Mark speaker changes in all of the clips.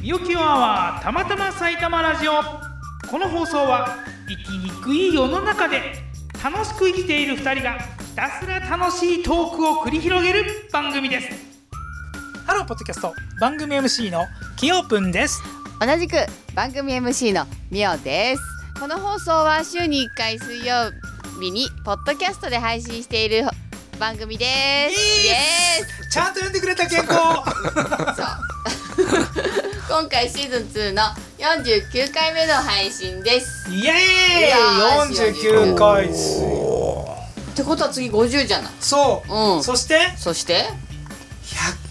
Speaker 1: ぴよきよアワーたまたま埼玉ラジオこの放送は生きにくい世の中で楽しく生きている2人がひたすら楽しいトークを繰り広げる番組ですハローポッドキャスト番組 MC のキヨプンです
Speaker 2: 同じく番組 MC のみおですこの放送は週に1回水曜日にポッドキャストで配信している番組ですイエー
Speaker 1: ちゃんと読んでくれた健康
Speaker 2: イそう今回シーズン2の49回目の配信で す
Speaker 1: イエ
Speaker 2: いや
Speaker 1: ー
Speaker 2: ー
Speaker 1: イ49回です
Speaker 2: ってことは次50じゃない
Speaker 1: そう、
Speaker 2: うん
Speaker 1: そして
Speaker 2: そして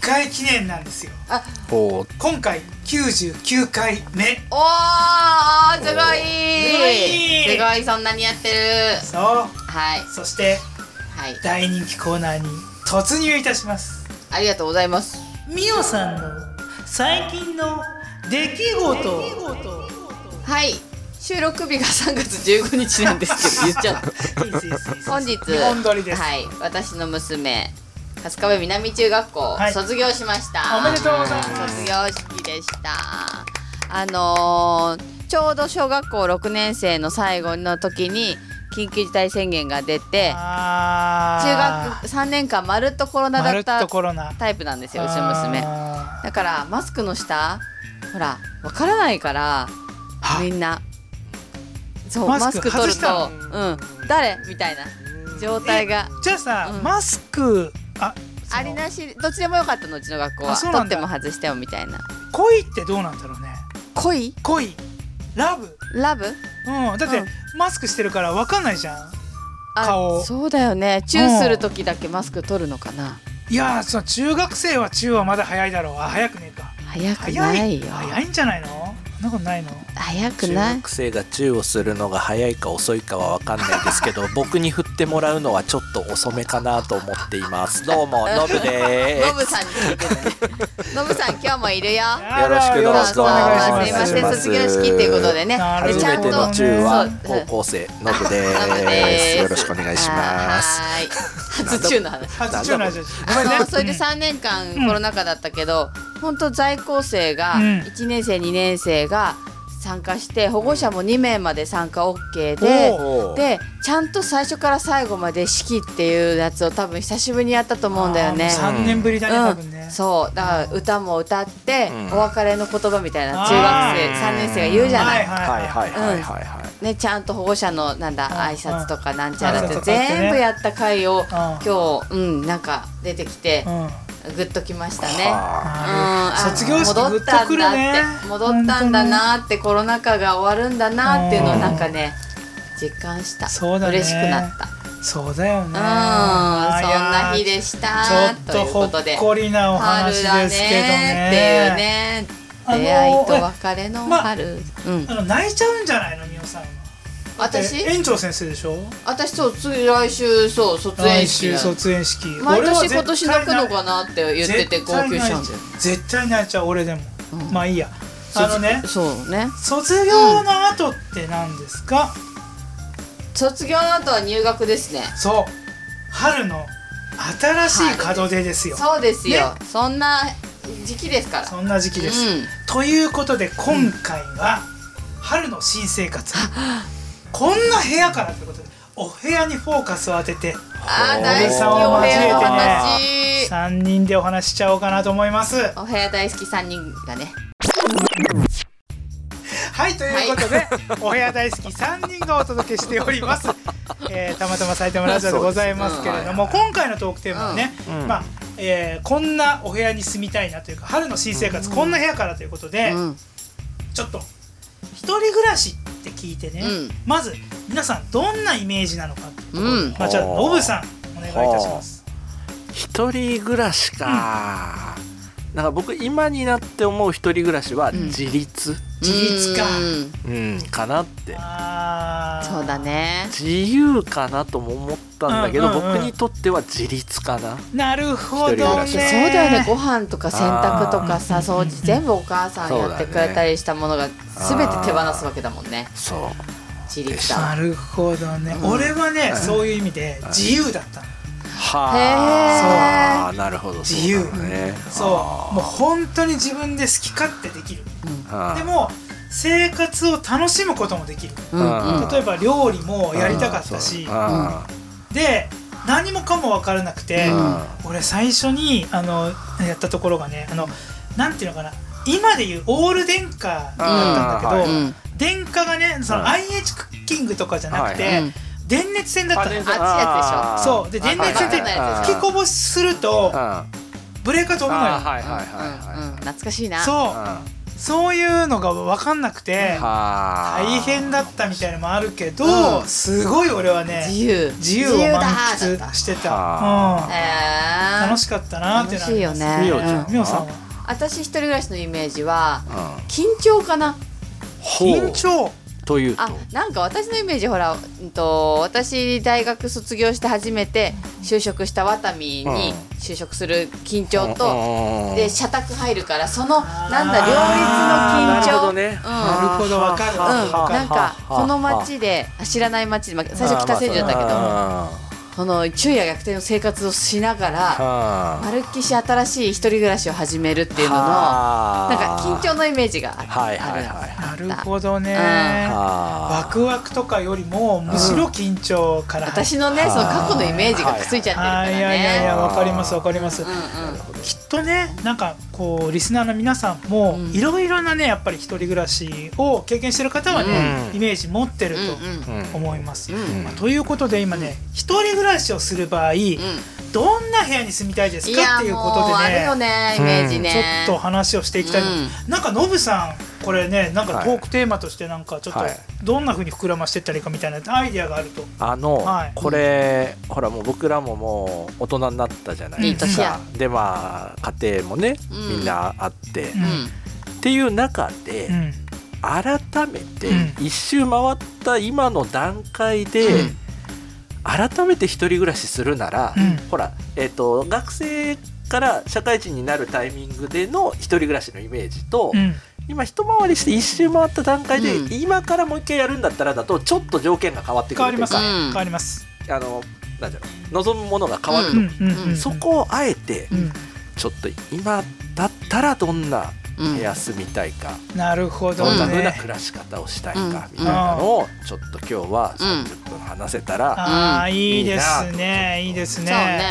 Speaker 1: 100回記念なんですよ
Speaker 2: あ
Speaker 3: おー
Speaker 1: 今回99回目
Speaker 2: おーすごい
Speaker 1: す
Speaker 2: す
Speaker 1: ご
Speaker 2: ごいそんなにやってる
Speaker 1: そ
Speaker 2: はいう
Speaker 1: そして
Speaker 2: はい
Speaker 1: 大人気コーナーに突入いたします
Speaker 2: ありがとうございます
Speaker 1: みおさんの最近の出来事
Speaker 2: はい収録日が3月15日なんですけど言っちゃった本日
Speaker 1: 日本撮りです
Speaker 2: はい私の娘春日部南中学校、
Speaker 1: はい
Speaker 2: 卒業しました
Speaker 1: おめでとうございます
Speaker 2: 卒業式でしたあのーちょうど小学校6年生の最後の時に緊急事態宣言が出て中
Speaker 1: あ
Speaker 2: 学3年間まるっとコロナ
Speaker 1: ま
Speaker 2: だ
Speaker 1: るっ
Speaker 2: っ
Speaker 1: と
Speaker 2: た
Speaker 1: コロナ
Speaker 2: タイプなんですようちの娘
Speaker 1: あ
Speaker 2: だからマスクの下ほらわからないから
Speaker 1: は
Speaker 2: みんなそう
Speaker 1: マ
Speaker 2: マ
Speaker 1: ス
Speaker 2: ス
Speaker 1: ク
Speaker 2: ク取ると
Speaker 1: 外
Speaker 2: うん誰みたいな状態が
Speaker 1: ーじゃあさ、
Speaker 2: うん
Speaker 1: マスクあその
Speaker 2: ありなしどっちでもよかったのうちの学校
Speaker 1: あ
Speaker 2: は
Speaker 1: そうな
Speaker 2: 取
Speaker 1: ん
Speaker 2: っ
Speaker 1: だ
Speaker 2: ても外してもみたいな
Speaker 1: 恋ってどうなんだろうね
Speaker 2: 恋
Speaker 1: 恋ラブ
Speaker 2: ラブ
Speaker 1: うんだって、
Speaker 2: うん
Speaker 1: マスクしてるからわかんないじゃん顔
Speaker 2: あそうだよねチューする時だけマスク取るのかない
Speaker 1: やーその中学生は中はまだ早いだろうあ早くねえか
Speaker 2: 早く
Speaker 1: 早
Speaker 2: ないいよ
Speaker 1: 早いんじゃないのそんなことないの
Speaker 2: 早く
Speaker 3: 中
Speaker 2: ない
Speaker 3: 学生がチューをするのが早いか遅いかは分かんないですけ ど僕に振ってもらうのはちょっと遅めかなと思っていますどうも ノブで
Speaker 2: ノ
Speaker 3: ー
Speaker 2: ブさんに聞いてるね ノブさん今日もいるよ
Speaker 3: よろしくどうぞ
Speaker 1: よろしくお願い
Speaker 2: す
Speaker 1: し
Speaker 2: い
Speaker 1: ま
Speaker 2: ますせん卒業式っていうことでね
Speaker 1: なる
Speaker 2: で
Speaker 1: ほど
Speaker 2: ちゃん
Speaker 3: す初めて
Speaker 2: と
Speaker 3: のチューは
Speaker 2: そう
Speaker 3: 高校生ノブで
Speaker 2: ノブ
Speaker 3: ー
Speaker 2: です
Speaker 3: すよろしくお願いします
Speaker 2: はーい初中の話
Speaker 1: 初中の話
Speaker 2: そうそれで3
Speaker 1: う
Speaker 2: 年
Speaker 1: ん
Speaker 2: 間コロナ禍だったけど、本当在校生が
Speaker 1: うん
Speaker 2: 1年生2年生が参加して保護者も2名まで参加 OK
Speaker 1: お
Speaker 2: で。
Speaker 3: おー
Speaker 2: でちゃんと最初から最後まで式っていうやつを多分久しぶりにやったと思うんだよね。
Speaker 1: 3年ぶりだね、多
Speaker 2: う
Speaker 1: 分ね
Speaker 2: ん、そうだから歌も歌って、
Speaker 3: うん
Speaker 2: お別れの言葉みたいな
Speaker 1: あー
Speaker 2: 中学生3年生が言うじゃない、
Speaker 1: は
Speaker 3: はいはいいはいはいはい
Speaker 2: ね、ちゃんと保護者のなんだ
Speaker 1: ん
Speaker 2: 挨拶とかなんちゃらっ
Speaker 1: 挨拶
Speaker 2: て
Speaker 1: とかやってね
Speaker 2: 全部やった回を
Speaker 1: 今
Speaker 2: 今日、うん、なんか出てきて
Speaker 1: うん
Speaker 2: グッときましたね。うん
Speaker 3: は
Speaker 1: あ
Speaker 2: あ
Speaker 1: ー卒業式
Speaker 2: 戻
Speaker 1: グ
Speaker 2: っ
Speaker 1: ッ
Speaker 2: た
Speaker 1: とく
Speaker 2: ん
Speaker 1: る
Speaker 2: だ
Speaker 1: ね
Speaker 2: って戻ったんだなってコロナ禍が終わるんだなっていうのをなんかね実感した
Speaker 1: そうだね
Speaker 2: 嬉しくなったうん
Speaker 1: そうだよね
Speaker 2: そんな日でした
Speaker 1: ちょっとほ
Speaker 2: ということで
Speaker 1: っこりなお話
Speaker 2: 春
Speaker 1: です
Speaker 2: だね
Speaker 1: けどね
Speaker 2: っていうね
Speaker 1: あのー
Speaker 2: 出会いと別れの春うん
Speaker 1: あの泣いちゃうんじゃないのみおさんは
Speaker 2: 私
Speaker 1: え園長先生でしょ
Speaker 2: 私そうつい来週そう卒園
Speaker 1: 来
Speaker 2: 式
Speaker 1: 週
Speaker 2: なの
Speaker 1: 卒園式
Speaker 2: 毎
Speaker 1: 俺は
Speaker 2: 年
Speaker 1: 絶対
Speaker 2: 今年泣くの
Speaker 1: 泣い
Speaker 2: かなって言ってて
Speaker 1: 絶
Speaker 2: 号
Speaker 1: 対
Speaker 2: 泣しちゃうんだよ
Speaker 1: 泣い絶対泣いちゃう俺でも、
Speaker 2: うん
Speaker 1: まあいいやあのね
Speaker 2: そうね
Speaker 1: 卒業の後って何ですか、
Speaker 2: 卒業の後は入学ですね
Speaker 1: そう春の新しい門出ですよ、
Speaker 2: そうですよ、
Speaker 1: ね
Speaker 2: そんな時期ですから
Speaker 1: そんな時期です、
Speaker 2: うん
Speaker 1: ということで今回は春の新生活、こんな部屋からということでお部屋にフォーカスを当てて
Speaker 2: あー大好き
Speaker 1: お
Speaker 2: お
Speaker 1: 部
Speaker 2: 部
Speaker 1: 屋
Speaker 2: 屋
Speaker 1: の
Speaker 2: の
Speaker 1: 話
Speaker 2: 話
Speaker 1: 3人でお話ししちゃおうかなと思います
Speaker 2: お部屋大好き3人がね
Speaker 1: はいということで、お部屋大好き3人がお届けしており ます、えーたまたま埼玉ラジオでございますけれども、今回のトークテーマはね、
Speaker 3: うん
Speaker 1: まあえーこんなお部屋に住みたいなというか春の新生活こんな部屋からということで、
Speaker 2: うん
Speaker 1: ちょっと一人暮らしって聞いてね、
Speaker 2: うん
Speaker 1: まず皆さんどんなイメージなのかっていうところ
Speaker 2: うん
Speaker 1: まあ、じゃあノブさんお願いいたします。
Speaker 3: 一人暮らしかなんか僕今になって思う一人暮らしは
Speaker 2: うん
Speaker 3: 自立
Speaker 1: 自立か
Speaker 2: うん
Speaker 3: うんかなって
Speaker 1: あー
Speaker 2: そうだね
Speaker 3: 自由かなとも思ったんだけど
Speaker 1: うんうんうん
Speaker 3: 僕にとっては自立かな
Speaker 1: なるほど
Speaker 3: 一人暮
Speaker 1: ね
Speaker 3: らし
Speaker 2: そうだよねご飯とか洗濯とかさ
Speaker 1: あー
Speaker 2: 掃除全部お母さんやってくれたりしたものが
Speaker 3: そ
Speaker 2: 全
Speaker 3: うだ
Speaker 2: て
Speaker 3: よね
Speaker 2: 手放すわけだもんね
Speaker 3: そう
Speaker 2: 自立
Speaker 1: な
Speaker 2: だ
Speaker 1: るほどね、
Speaker 2: うん
Speaker 1: 俺はね、
Speaker 3: うん
Speaker 1: そういう意味で自由だったの、
Speaker 3: ははあなるほど
Speaker 1: 自由
Speaker 3: そうだね
Speaker 1: そうもう本当に自分で好き勝手できる
Speaker 3: はあ
Speaker 1: でも生活を楽しむこともできる
Speaker 2: うんうん
Speaker 3: うん
Speaker 1: 例えば料理もやりたかったし
Speaker 3: うんそうだ
Speaker 1: で何もかも分からなくて、
Speaker 3: うん
Speaker 1: 俺最初にあのやったところがねあのなんていうのかな今でいうオール電化だったんだけど、
Speaker 3: うん
Speaker 2: うん
Speaker 1: 電化がねその
Speaker 3: うん
Speaker 1: IH クッキングとかじゃなくて、
Speaker 3: は
Speaker 2: うん
Speaker 1: 電熱線だったの
Speaker 2: 線あ
Speaker 1: っちのやつでしょそうで電熱線って吹きこぼしすると
Speaker 3: あ
Speaker 1: ブレーカー飛ぶの
Speaker 3: あ
Speaker 1: よ
Speaker 3: はいはいはいはい
Speaker 2: うんうん懐かしいな
Speaker 1: そう
Speaker 3: は
Speaker 1: そういうのが分かんなくて
Speaker 3: あ
Speaker 1: 大変だったみたいなのもあるけど、
Speaker 2: うん
Speaker 1: すごい俺はね
Speaker 2: 自由
Speaker 1: 自由を満
Speaker 2: 自由だ
Speaker 1: 喫してた、
Speaker 3: は
Speaker 1: うん
Speaker 2: へー
Speaker 1: 楽しかったなってな
Speaker 2: 楽しいよね
Speaker 3: みおちゃん
Speaker 1: みおさんは
Speaker 2: 私一人暮らしのイメージは
Speaker 3: うん
Speaker 2: 緊張かな
Speaker 3: ほう
Speaker 1: 緊張
Speaker 3: というと
Speaker 2: あなんか私のイメージほら、うん、と私大学卒業して初めて就職したワタミに就職する緊張と、
Speaker 3: と
Speaker 2: で社宅入るからそのなんだ
Speaker 1: あー
Speaker 2: 両立の緊張
Speaker 3: なるほどね
Speaker 2: うん
Speaker 1: なるほどわかる
Speaker 2: うん、
Speaker 1: わかる
Speaker 2: なんかこの街であ知らない街でまあ最初北千住だったけどその昼夜逆転の生活をしながらまるっきし新しい一人暮らしを始めるっていうののなんか緊張のイメージがある。
Speaker 3: はいはいはい
Speaker 2: あ
Speaker 1: なる
Speaker 2: った
Speaker 1: ほどねワ
Speaker 3: あ
Speaker 1: クワクとかよりもむしろ緊張から入る
Speaker 2: 私のねその過去のイメージがくっついちゃってるから
Speaker 1: あーいやいやい
Speaker 2: ね。
Speaker 1: やわかりますわかります、
Speaker 2: うんうん
Speaker 1: きっとねなんかこうリスナーの皆さんも
Speaker 2: うん
Speaker 1: いろいろなねやっぱり一人暮らしを経験してる方はね、
Speaker 3: うん
Speaker 1: イメージ持ってる
Speaker 2: う
Speaker 3: ーうん
Speaker 1: と思います、
Speaker 2: んうん
Speaker 3: ん
Speaker 1: まあということで今ね、一人暮らしをする場合、
Speaker 2: う
Speaker 1: どんな部屋に住みたいです
Speaker 2: ん、い
Speaker 1: か
Speaker 2: や
Speaker 1: っていうこ
Speaker 2: もう
Speaker 1: と
Speaker 2: あ
Speaker 1: で
Speaker 2: る
Speaker 1: ね
Speaker 2: よねイメージね、
Speaker 1: ちょっと話をしていきたい、
Speaker 2: う
Speaker 1: なんかノブさんこれねなんか
Speaker 3: はい
Speaker 1: トークテーマとしてなんかちょっと
Speaker 3: はい
Speaker 1: どんな風に膨らましてったらいいかみたいなアイデアがあると、
Speaker 3: あの、
Speaker 1: はい
Speaker 3: これ、ほらもう僕らももう大人になったじゃないですか
Speaker 2: いい
Speaker 3: でまあ家庭もね
Speaker 2: うん
Speaker 3: みんなあって、
Speaker 1: うん
Speaker 3: っていう中で、
Speaker 1: うん
Speaker 3: 改めて
Speaker 1: う
Speaker 3: 一周回った今の段階で、
Speaker 2: うん
Speaker 3: 改めて一人暮らしするなら、
Speaker 1: うん
Speaker 3: ほら、えっと学生から社会人になるタイミングでの一人暮らしのイメージと、
Speaker 1: うん
Speaker 3: 今一回りして一周回った段階で、
Speaker 2: うん
Speaker 3: 今からもう一回やるんだったらだとちょっと条件が変わってく
Speaker 1: 変
Speaker 3: る
Speaker 1: わ
Speaker 3: と
Speaker 1: り
Speaker 3: いう
Speaker 1: ます、
Speaker 3: か
Speaker 1: ね
Speaker 2: うん
Speaker 1: 変わります、
Speaker 3: あのなんだろう望むものが変わる
Speaker 1: う
Speaker 3: と、
Speaker 1: んうんうん
Speaker 3: そこをあえて
Speaker 1: うん
Speaker 3: ちょっと今だったらどんな
Speaker 2: うん
Speaker 3: 部屋住みたいか、
Speaker 1: なるほど
Speaker 3: どんな風な
Speaker 1: ね
Speaker 3: 暮らし方をしたい
Speaker 2: うん
Speaker 3: かみたいなのをちょっと今日は
Speaker 2: うん
Speaker 3: 30分話せたら、
Speaker 1: ああいいで
Speaker 3: い
Speaker 1: す
Speaker 3: いな
Speaker 1: ねいいです
Speaker 2: そう
Speaker 1: ね
Speaker 2: ね、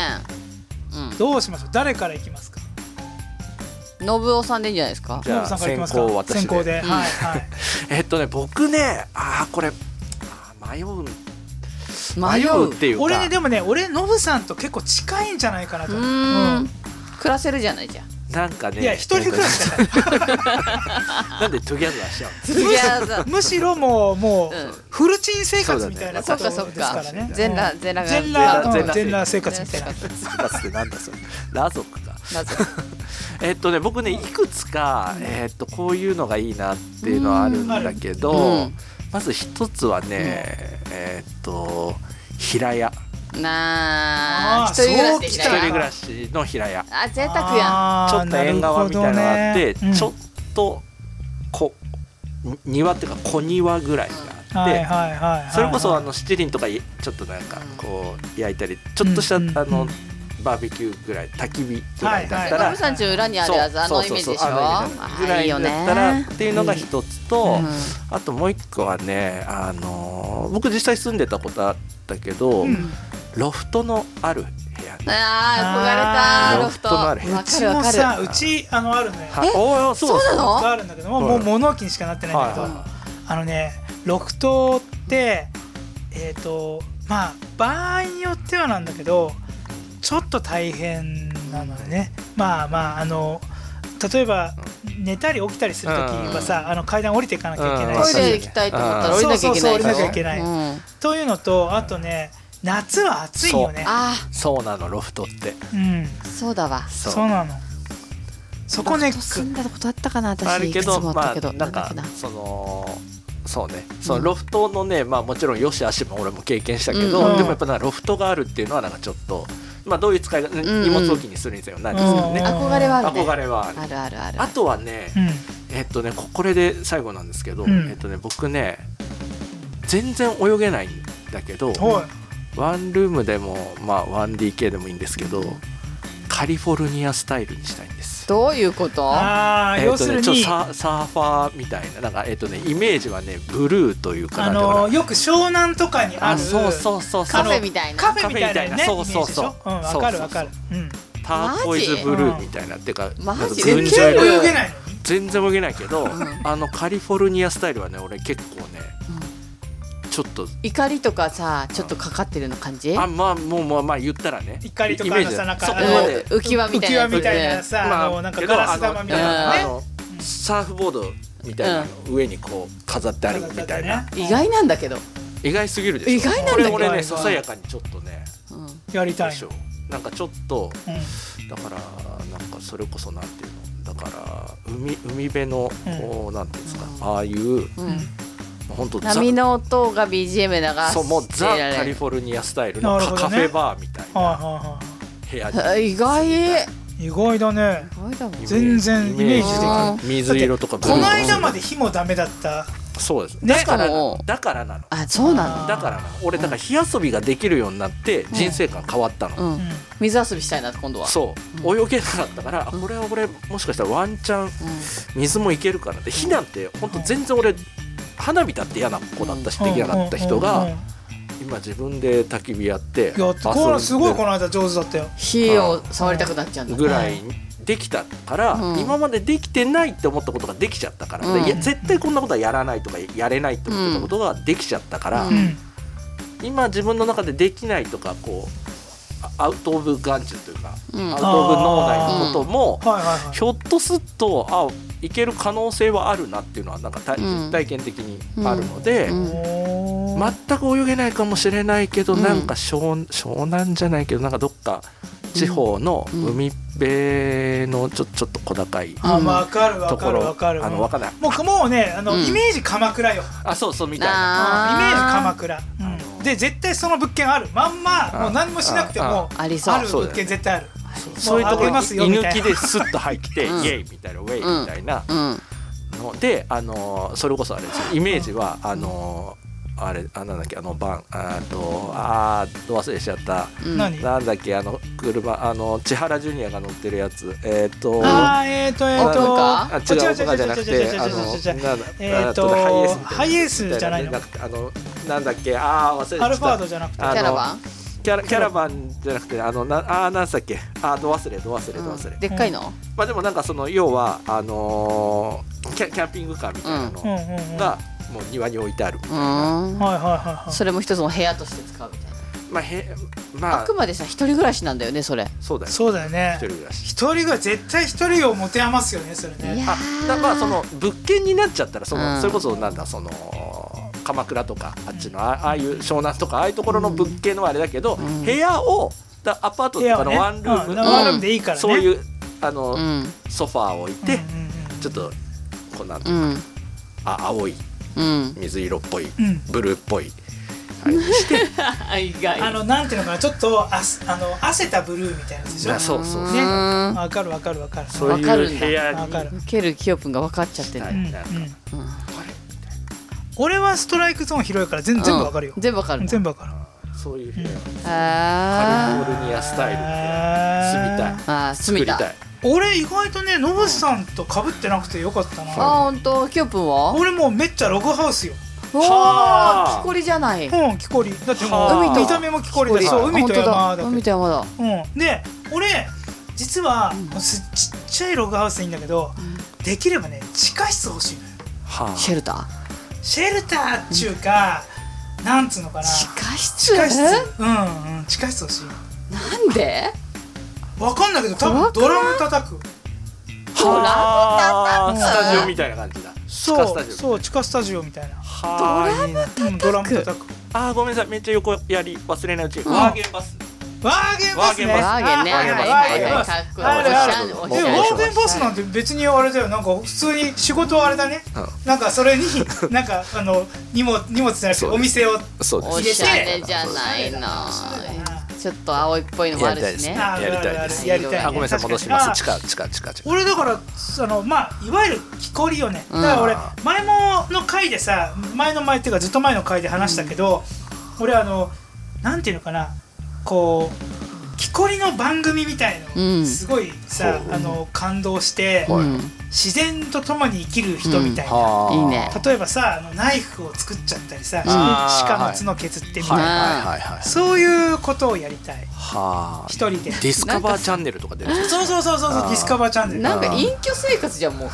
Speaker 2: う
Speaker 1: どうしましょう誰からいきますか
Speaker 2: ん、信夫さんでいいんじゃないですか
Speaker 3: じゃあ
Speaker 1: ノブさんからいきます
Speaker 3: 先行
Speaker 1: か
Speaker 3: 私で
Speaker 1: 先行で
Speaker 2: うん
Speaker 1: はいはい
Speaker 3: えっとね僕ねああこれあー迷う
Speaker 2: 迷う
Speaker 3: 迷うっていうか
Speaker 1: 俺ねでもね俺ノブさんと結構近いんじゃないかなと
Speaker 2: う
Speaker 1: 思う
Speaker 2: ー
Speaker 1: うん
Speaker 2: ん暮らせるじゃないじゃん
Speaker 3: なんかね
Speaker 1: いや一人暮らしだから
Speaker 3: なんでトゥギャザーしちゃうの
Speaker 2: 次は
Speaker 1: むしろもうもう
Speaker 2: うん
Speaker 1: フルチン生活みたいな
Speaker 2: そ
Speaker 1: こと
Speaker 2: っか
Speaker 1: です
Speaker 2: そっ
Speaker 1: か
Speaker 2: から
Speaker 1: ね
Speaker 2: 全裸全裸
Speaker 1: 全
Speaker 2: が
Speaker 1: 裸
Speaker 3: 全
Speaker 1: 全
Speaker 3: 裸
Speaker 1: 裸生活みたいな
Speaker 3: トゥギャザーってなんだそれラ族か
Speaker 2: なぜ
Speaker 3: えっとね僕ねいくつか、えっとこういうのがいいなっていうのはあるんだけど、
Speaker 2: うん
Speaker 3: まず一つはね、えっと平屋
Speaker 2: なあ
Speaker 1: あーそう
Speaker 2: 一人暮らしでき
Speaker 1: き
Speaker 3: 一
Speaker 1: た
Speaker 2: た
Speaker 3: 人
Speaker 1: よ
Speaker 2: い
Speaker 3: 暮らしの平屋
Speaker 2: あ贅沢やん
Speaker 1: あー
Speaker 3: ちょっと縁側みたいなのがあっ
Speaker 1: な
Speaker 3: て、
Speaker 1: るほどね
Speaker 3: ちょっとこに庭っていうか小庭ぐらいがあっ
Speaker 1: はいは
Speaker 3: て、
Speaker 1: いはいはい
Speaker 3: それこそあの七輪とかいちょっとなんかこう焼いたりちょっとした、
Speaker 1: うんうんうん
Speaker 3: あのバーベキューぐらい焚き火ぐらいだったら、
Speaker 2: ノブさんちの裏にあるやつあ
Speaker 3: そ
Speaker 2: の
Speaker 3: う
Speaker 2: イ
Speaker 3: そ
Speaker 2: メー
Speaker 3: う
Speaker 2: ジ
Speaker 3: そう
Speaker 2: でしょ
Speaker 3: あのイメ
Speaker 2: あーい
Speaker 3: ージぐら
Speaker 2: い
Speaker 3: い
Speaker 2: よね
Speaker 3: だったらっていうのが一つと、
Speaker 2: うん
Speaker 3: あともう一個はねあのー僕実際住んでたことあったけど、
Speaker 1: うん
Speaker 3: ロフトのある部屋ね
Speaker 2: ああ憧れた
Speaker 3: あー
Speaker 2: ロフト
Speaker 3: ロフトもある
Speaker 1: うちもさうちあのあるのよ
Speaker 3: はいおー
Speaker 2: そうなの
Speaker 1: があるんだけども
Speaker 3: は
Speaker 1: も
Speaker 3: いう
Speaker 1: 物置にしかなってないんだけど、
Speaker 3: はいはい
Speaker 1: あのねロフトってえっ、とまあ場合によってはなんだけどちょっと大変なのよねまあまああの例えば寝たり起きたりする時はさ、あの階段降りていかなきゃいけない
Speaker 2: トイ
Speaker 1: し、
Speaker 2: レ行きたいと思ったら降りなきゃいけ
Speaker 1: そうそうそ
Speaker 2: ないでしょ
Speaker 1: う降りなきゃいけない
Speaker 2: うん
Speaker 1: というのとあとね夏は暑いよね
Speaker 2: あ
Speaker 3: そうなのロフトって
Speaker 1: うん
Speaker 2: あそうだわ
Speaker 3: そ
Speaker 1: そううなのそこね
Speaker 2: ロフト住んだことあったかな私
Speaker 3: あるけ
Speaker 2: いく
Speaker 3: ど
Speaker 2: つもあっ
Speaker 3: ま
Speaker 2: たけど
Speaker 3: あなん
Speaker 2: だっ
Speaker 3: か
Speaker 2: けな
Speaker 3: そのそうねそうの
Speaker 2: ん
Speaker 3: ロフトのね、まあもちろんよし悪しも俺も経験したけ
Speaker 2: うん
Speaker 3: ど、
Speaker 1: うん
Speaker 3: でもやっぱなロフトがあるっていうのはなんかちょっとまあどういう使い方、
Speaker 2: ん
Speaker 3: 荷物置きにするにせよ何にせよね、
Speaker 1: うん
Speaker 2: 憧れはあるね
Speaker 3: 憧れはある
Speaker 2: あるあるある
Speaker 3: あとはね、
Speaker 1: うん
Speaker 3: えっとねここれで最後なんですけど、
Speaker 1: うん
Speaker 3: えっとね僕ね全然泳げないんだけど
Speaker 1: おい
Speaker 3: ワンルームでも、まあ、1DK でもいいんですけどカリフォルニアスタイルにしたいんです
Speaker 2: どういうこと
Speaker 1: ああ、
Speaker 3: え
Speaker 1: 要
Speaker 3: ー
Speaker 1: す
Speaker 3: と
Speaker 1: る
Speaker 3: ね、ちょっと
Speaker 1: に、
Speaker 3: ササーファーみたいななんか、えーとね、イメージはねブルーという
Speaker 1: あ
Speaker 3: かなんていうかな
Speaker 1: のよく湘南とかにあ
Speaker 3: あ
Speaker 1: る
Speaker 3: そうそうそうそう
Speaker 2: カフェみたいな
Speaker 1: カフェみたいなね
Speaker 3: カフェみたいなそうそうそう
Speaker 1: イメージでしょんわかるわかるうん
Speaker 3: ターコイズブルーみたいなっていうか
Speaker 2: マジ
Speaker 3: なんか
Speaker 2: 全
Speaker 3: 群
Speaker 1: 全
Speaker 2: 然
Speaker 3: 青
Speaker 1: 然
Speaker 3: 色
Speaker 1: 泳げないのに
Speaker 3: 全然泳げないけど、あのカリフォルニアスタイルはね俺結構ね、ちょっと
Speaker 2: 怒りとかさちょっとかかってるの感じ
Speaker 3: あまあもうまあまあ言ったらね
Speaker 1: 怒りと
Speaker 3: イ
Speaker 1: か
Speaker 3: メー
Speaker 1: の
Speaker 3: ジ
Speaker 1: さ
Speaker 3: だ
Speaker 1: なんか
Speaker 3: そこ
Speaker 1: あの
Speaker 3: まで
Speaker 2: 浮き輪みたい
Speaker 1: 浮き
Speaker 2: なやつ
Speaker 1: 輪みたいなさ、あのなんかガラス玉みたいな
Speaker 3: あ
Speaker 1: ね
Speaker 3: のサーフボードみたいなの上にこう飾ってあるみたいな、
Speaker 2: 意外なんだけど、
Speaker 3: 意外すぎるでしょ
Speaker 2: 意外なんだ
Speaker 3: こ
Speaker 2: け
Speaker 3: れ
Speaker 2: ど
Speaker 3: 俺ねささやかにちょっとね
Speaker 2: うん、
Speaker 1: やりた
Speaker 3: で
Speaker 1: い
Speaker 3: し
Speaker 1: の
Speaker 3: ょなんかちょっと
Speaker 1: うん
Speaker 3: だからなんかそれこそなんていうのだから海海辺のこう、なんていうんですかああいう本当
Speaker 2: 波の音が BGM で流して
Speaker 3: そうもうザ・
Speaker 2: られ
Speaker 3: カリ
Speaker 2: る
Speaker 3: フォルニアスタイルの
Speaker 1: なる
Speaker 3: カ,、
Speaker 1: ほどね
Speaker 3: カフェバーみたい
Speaker 1: はい
Speaker 3: な
Speaker 1: はいは
Speaker 3: 部屋に
Speaker 2: あ意外意
Speaker 1: い意外だね
Speaker 2: 外だもん
Speaker 1: 全然イメージ
Speaker 2: できない
Speaker 3: でき水色とかブル
Speaker 1: こ
Speaker 3: ーと
Speaker 1: の
Speaker 3: か
Speaker 1: 間まで火もダメだった
Speaker 3: そうです
Speaker 1: ね
Speaker 3: だからな
Speaker 2: しかも
Speaker 3: だからなの
Speaker 2: あそうな
Speaker 1: あ
Speaker 3: だからなの俺だから火遊びができるようになって人生観変わったの、
Speaker 2: のう
Speaker 1: うんん
Speaker 2: 水遊びしたいな今度は
Speaker 3: そう、泳げなかったから、あこれは俺もしかしたらワンチャン
Speaker 2: うん
Speaker 3: 水もいけるからって火なんて本当全然俺花火だって嫌な子だったしできなかった人
Speaker 1: うんうん
Speaker 3: が
Speaker 1: うん
Speaker 3: 今自分で焚き火やって
Speaker 1: いやこ
Speaker 3: 遊ん
Speaker 1: れ
Speaker 3: です
Speaker 1: ごいこの間上手だったよ
Speaker 2: 火を触りたくなっちゃうんだ
Speaker 3: ぐらいできたから、
Speaker 2: うん
Speaker 3: 今までできてないって思ったことができちゃったから、
Speaker 2: うん
Speaker 3: いや絶対こんなことはやらないとかやれないって思ってたことができちゃったから、
Speaker 2: う
Speaker 1: うん
Speaker 3: 今自分の中でできないとかこうあアウト・オブ・眼中というか、
Speaker 2: うん
Speaker 3: アウト・オブ・脳内のことも、
Speaker 1: はいはいはい
Speaker 3: ひょっとするとあいける可能性はあるなっていうのはなんか体,、
Speaker 2: うん
Speaker 3: 体験的にあるので。
Speaker 2: うん
Speaker 1: おー
Speaker 3: 全く泳げないかもしれないけど、
Speaker 2: うん
Speaker 3: なんか湘湘南じゃないけどなんかどっか地方の
Speaker 2: うん
Speaker 3: 海辺のちょちょっと小高い
Speaker 1: あ
Speaker 2: うん
Speaker 1: わかるわ
Speaker 3: と
Speaker 1: か
Speaker 3: こ
Speaker 1: る
Speaker 3: ろ、
Speaker 1: わかる
Speaker 3: あのわかんない
Speaker 1: もうもうねあの、
Speaker 2: うん
Speaker 1: イメージ鎌倉よ
Speaker 3: あそうそうみたいな
Speaker 1: イメージ鎌
Speaker 2: あ
Speaker 1: 倉、うん
Speaker 3: あの
Speaker 1: で絶対その物件あるまんまもう何もしなくても
Speaker 2: あありそう
Speaker 1: ある
Speaker 3: そう
Speaker 1: 物
Speaker 3: だよ
Speaker 1: 件
Speaker 3: ね
Speaker 1: 絶対ある
Speaker 3: そういうとこ
Speaker 1: もうあげ
Speaker 3: ろに
Speaker 1: ますよみ
Speaker 3: 居
Speaker 1: たいな
Speaker 3: 抜きですっと入ってイ
Speaker 2: うん
Speaker 3: エイみたいなウェイみたいな
Speaker 2: ーうん
Speaker 3: ので、あのそれこそあれですよイメージはあのあれあなんだっけあのバンあーとあー忘れしちゃった。
Speaker 2: うん
Speaker 1: 何
Speaker 3: なんだっけあの車あの千原ジュニアが乗ってるやつえっ、と
Speaker 1: あーえーとえー
Speaker 2: オープン
Speaker 1: と
Speaker 2: カ
Speaker 3: あ違うとかじゃなく
Speaker 1: 違う違う違う違う違う違う違う違う
Speaker 3: てあのなんだ
Speaker 1: えーと
Speaker 3: あ
Speaker 1: ハイエースじゃないの
Speaker 3: みたなくてあのなんだっけああ忘れてた
Speaker 1: アルファードじゃなくて
Speaker 3: あの
Speaker 2: キャラバン
Speaker 3: キャラキャラバンじゃなくてあのなあーなんだっけあーど忘れど忘れど忘れ、
Speaker 2: うんでっかいの
Speaker 3: まあでもなんかその要はあのーキャキャンピングカーみたいなの
Speaker 1: うんうんうん
Speaker 3: が、もう庭に置いてあるみた
Speaker 2: う
Speaker 3: いな、
Speaker 2: ん
Speaker 1: はいはいはいはい
Speaker 2: それも一つの部屋として使うみたいな
Speaker 3: まあへ
Speaker 2: あ
Speaker 3: まあ
Speaker 2: くまでさ一人暮らしなんだよねそれい
Speaker 3: そうだよ
Speaker 1: そうだよね
Speaker 3: 一人暮らし
Speaker 1: 一人が絶対一人を持て余すよねそれね
Speaker 2: や
Speaker 3: あ
Speaker 2: ー
Speaker 3: だまあその物件になっちゃったらその、
Speaker 2: うん
Speaker 3: それこそなんだその鎌倉とかあっちのあああいう湘南とかああいうところの物件のあれだけど、
Speaker 2: ん
Speaker 3: 部屋をだアパート
Speaker 1: 部
Speaker 3: と
Speaker 1: 屋
Speaker 3: か
Speaker 1: を
Speaker 3: の
Speaker 1: ね
Speaker 3: ワンルーム
Speaker 1: うん
Speaker 3: の、
Speaker 1: ワンルームでいいからね
Speaker 3: そういううあの、
Speaker 2: うん
Speaker 3: ソファーを置いて、
Speaker 1: んうんうん
Speaker 3: ちょっとこうなんていううの
Speaker 2: ん
Speaker 3: あ青い
Speaker 2: うん
Speaker 3: 水色っぽい、
Speaker 1: うん
Speaker 3: ブルーっぽいあれにして
Speaker 2: あ意外
Speaker 1: あのなんていうのかなちょっとあすあの汗たブルーみたいなやつでしょ
Speaker 3: なそうそうそう、
Speaker 1: ね
Speaker 2: うん
Speaker 1: わかるわかるわかる
Speaker 3: そういう
Speaker 2: わかるんだ
Speaker 3: 部屋に
Speaker 1: わかる
Speaker 2: ケルキヨプンが分かっちゃって
Speaker 3: は
Speaker 2: る
Speaker 3: い
Speaker 1: うん
Speaker 3: なんか
Speaker 1: うん
Speaker 2: うん
Speaker 3: あれみたい
Speaker 1: 俺はストライクゾーン広いから全全部わかるよ
Speaker 2: うん全部わかる
Speaker 1: 全部わかる
Speaker 3: なそういう部屋、
Speaker 2: あ
Speaker 3: カリフォルニアスタイル
Speaker 1: へー
Speaker 2: ー
Speaker 3: で住みたい
Speaker 2: あー住
Speaker 3: 作
Speaker 2: み
Speaker 3: り
Speaker 2: たい
Speaker 3: たい
Speaker 1: 俺意外とねノブさんと被ってなくてよかった
Speaker 2: あ
Speaker 1: な
Speaker 2: 本当キヨプンは
Speaker 1: 俺もうめっちゃログハウスよ
Speaker 2: お
Speaker 3: はあ
Speaker 2: ー木こりじゃない
Speaker 1: うん木こりだっても
Speaker 3: はあ
Speaker 1: う見た目も木こりだし
Speaker 3: 木こり
Speaker 1: そう海と山
Speaker 2: あ本当
Speaker 1: だ
Speaker 2: だ
Speaker 1: け
Speaker 2: 海と山だ
Speaker 1: うんで俺実はすちっちゃいログハウスでいいんだけどできればね地下室欲しいのよ
Speaker 3: はあ
Speaker 2: シェルター
Speaker 1: シェルターっちゅうかなんつうのかな
Speaker 2: 地
Speaker 1: 地
Speaker 2: 下室
Speaker 1: 下室
Speaker 2: え
Speaker 1: うんうん地下室欲しい
Speaker 2: なんで
Speaker 1: わかんないけど多分ドラム叩く
Speaker 2: ドラム
Speaker 3: はあ
Speaker 1: 叩く
Speaker 3: スタジオみたいな感じだ
Speaker 1: そ
Speaker 3: 地下スタ
Speaker 1: う
Speaker 3: ジオ
Speaker 1: そう地下スタジオみたいな
Speaker 3: はあいいな
Speaker 1: うんドラム叩く
Speaker 3: あーごめんなさいめっちゃ横やり忘れないうちに
Speaker 2: ん
Speaker 3: ワーゲンバス
Speaker 1: ワーゲンバスね
Speaker 2: ワーゲンね
Speaker 1: あはいはい
Speaker 2: ワ
Speaker 1: ワ
Speaker 2: ー
Speaker 1: ー
Speaker 2: ゲ
Speaker 1: ゲン
Speaker 2: ンね
Speaker 1: バ
Speaker 2: かっこいい
Speaker 1: あるあ
Speaker 2: おしゃれ
Speaker 1: る
Speaker 2: おし
Speaker 1: でも
Speaker 2: ゃれ
Speaker 1: ワーゲンバスなんて別にあれだよなんか普通に仕事はあれだねなんかそれになんかあの荷物荷物じゃなくて
Speaker 3: そう
Speaker 1: お店を
Speaker 3: そう
Speaker 2: お
Speaker 1: です
Speaker 2: しゃれじゃないのちょっと青いっぽいのもあるしね
Speaker 3: やりたいです
Speaker 1: やりたい
Speaker 3: あごめんなさい戻します
Speaker 1: 確かに
Speaker 3: 近近近近
Speaker 1: 俺だからそのまあいわゆる木こりよねだから俺
Speaker 3: うん
Speaker 1: 前もの回でさ前の前っていうかずっと前の回で話したけど俺あのなんていうのかなこう木こりの番組みたいの、
Speaker 2: うん
Speaker 1: すごいさ、
Speaker 3: ほう
Speaker 1: あの感動して、
Speaker 3: はい
Speaker 2: うん
Speaker 1: 自然と共に生きる人みたいな、
Speaker 3: はあ
Speaker 2: いいね
Speaker 1: 例えばさあのナイフを作っちゃったりさ、
Speaker 3: あー
Speaker 1: 鹿の角削ってみたい
Speaker 3: はい
Speaker 1: な、
Speaker 3: はいはいはい
Speaker 1: そういうことをやりたい
Speaker 3: はあ
Speaker 1: 一人で
Speaker 3: ディスカバーチャンネルとか出てる
Speaker 1: そうそうそうそうそう
Speaker 3: あー
Speaker 1: ディスカバーチャンネル
Speaker 2: なんか隠居生活じゃんも
Speaker 1: もう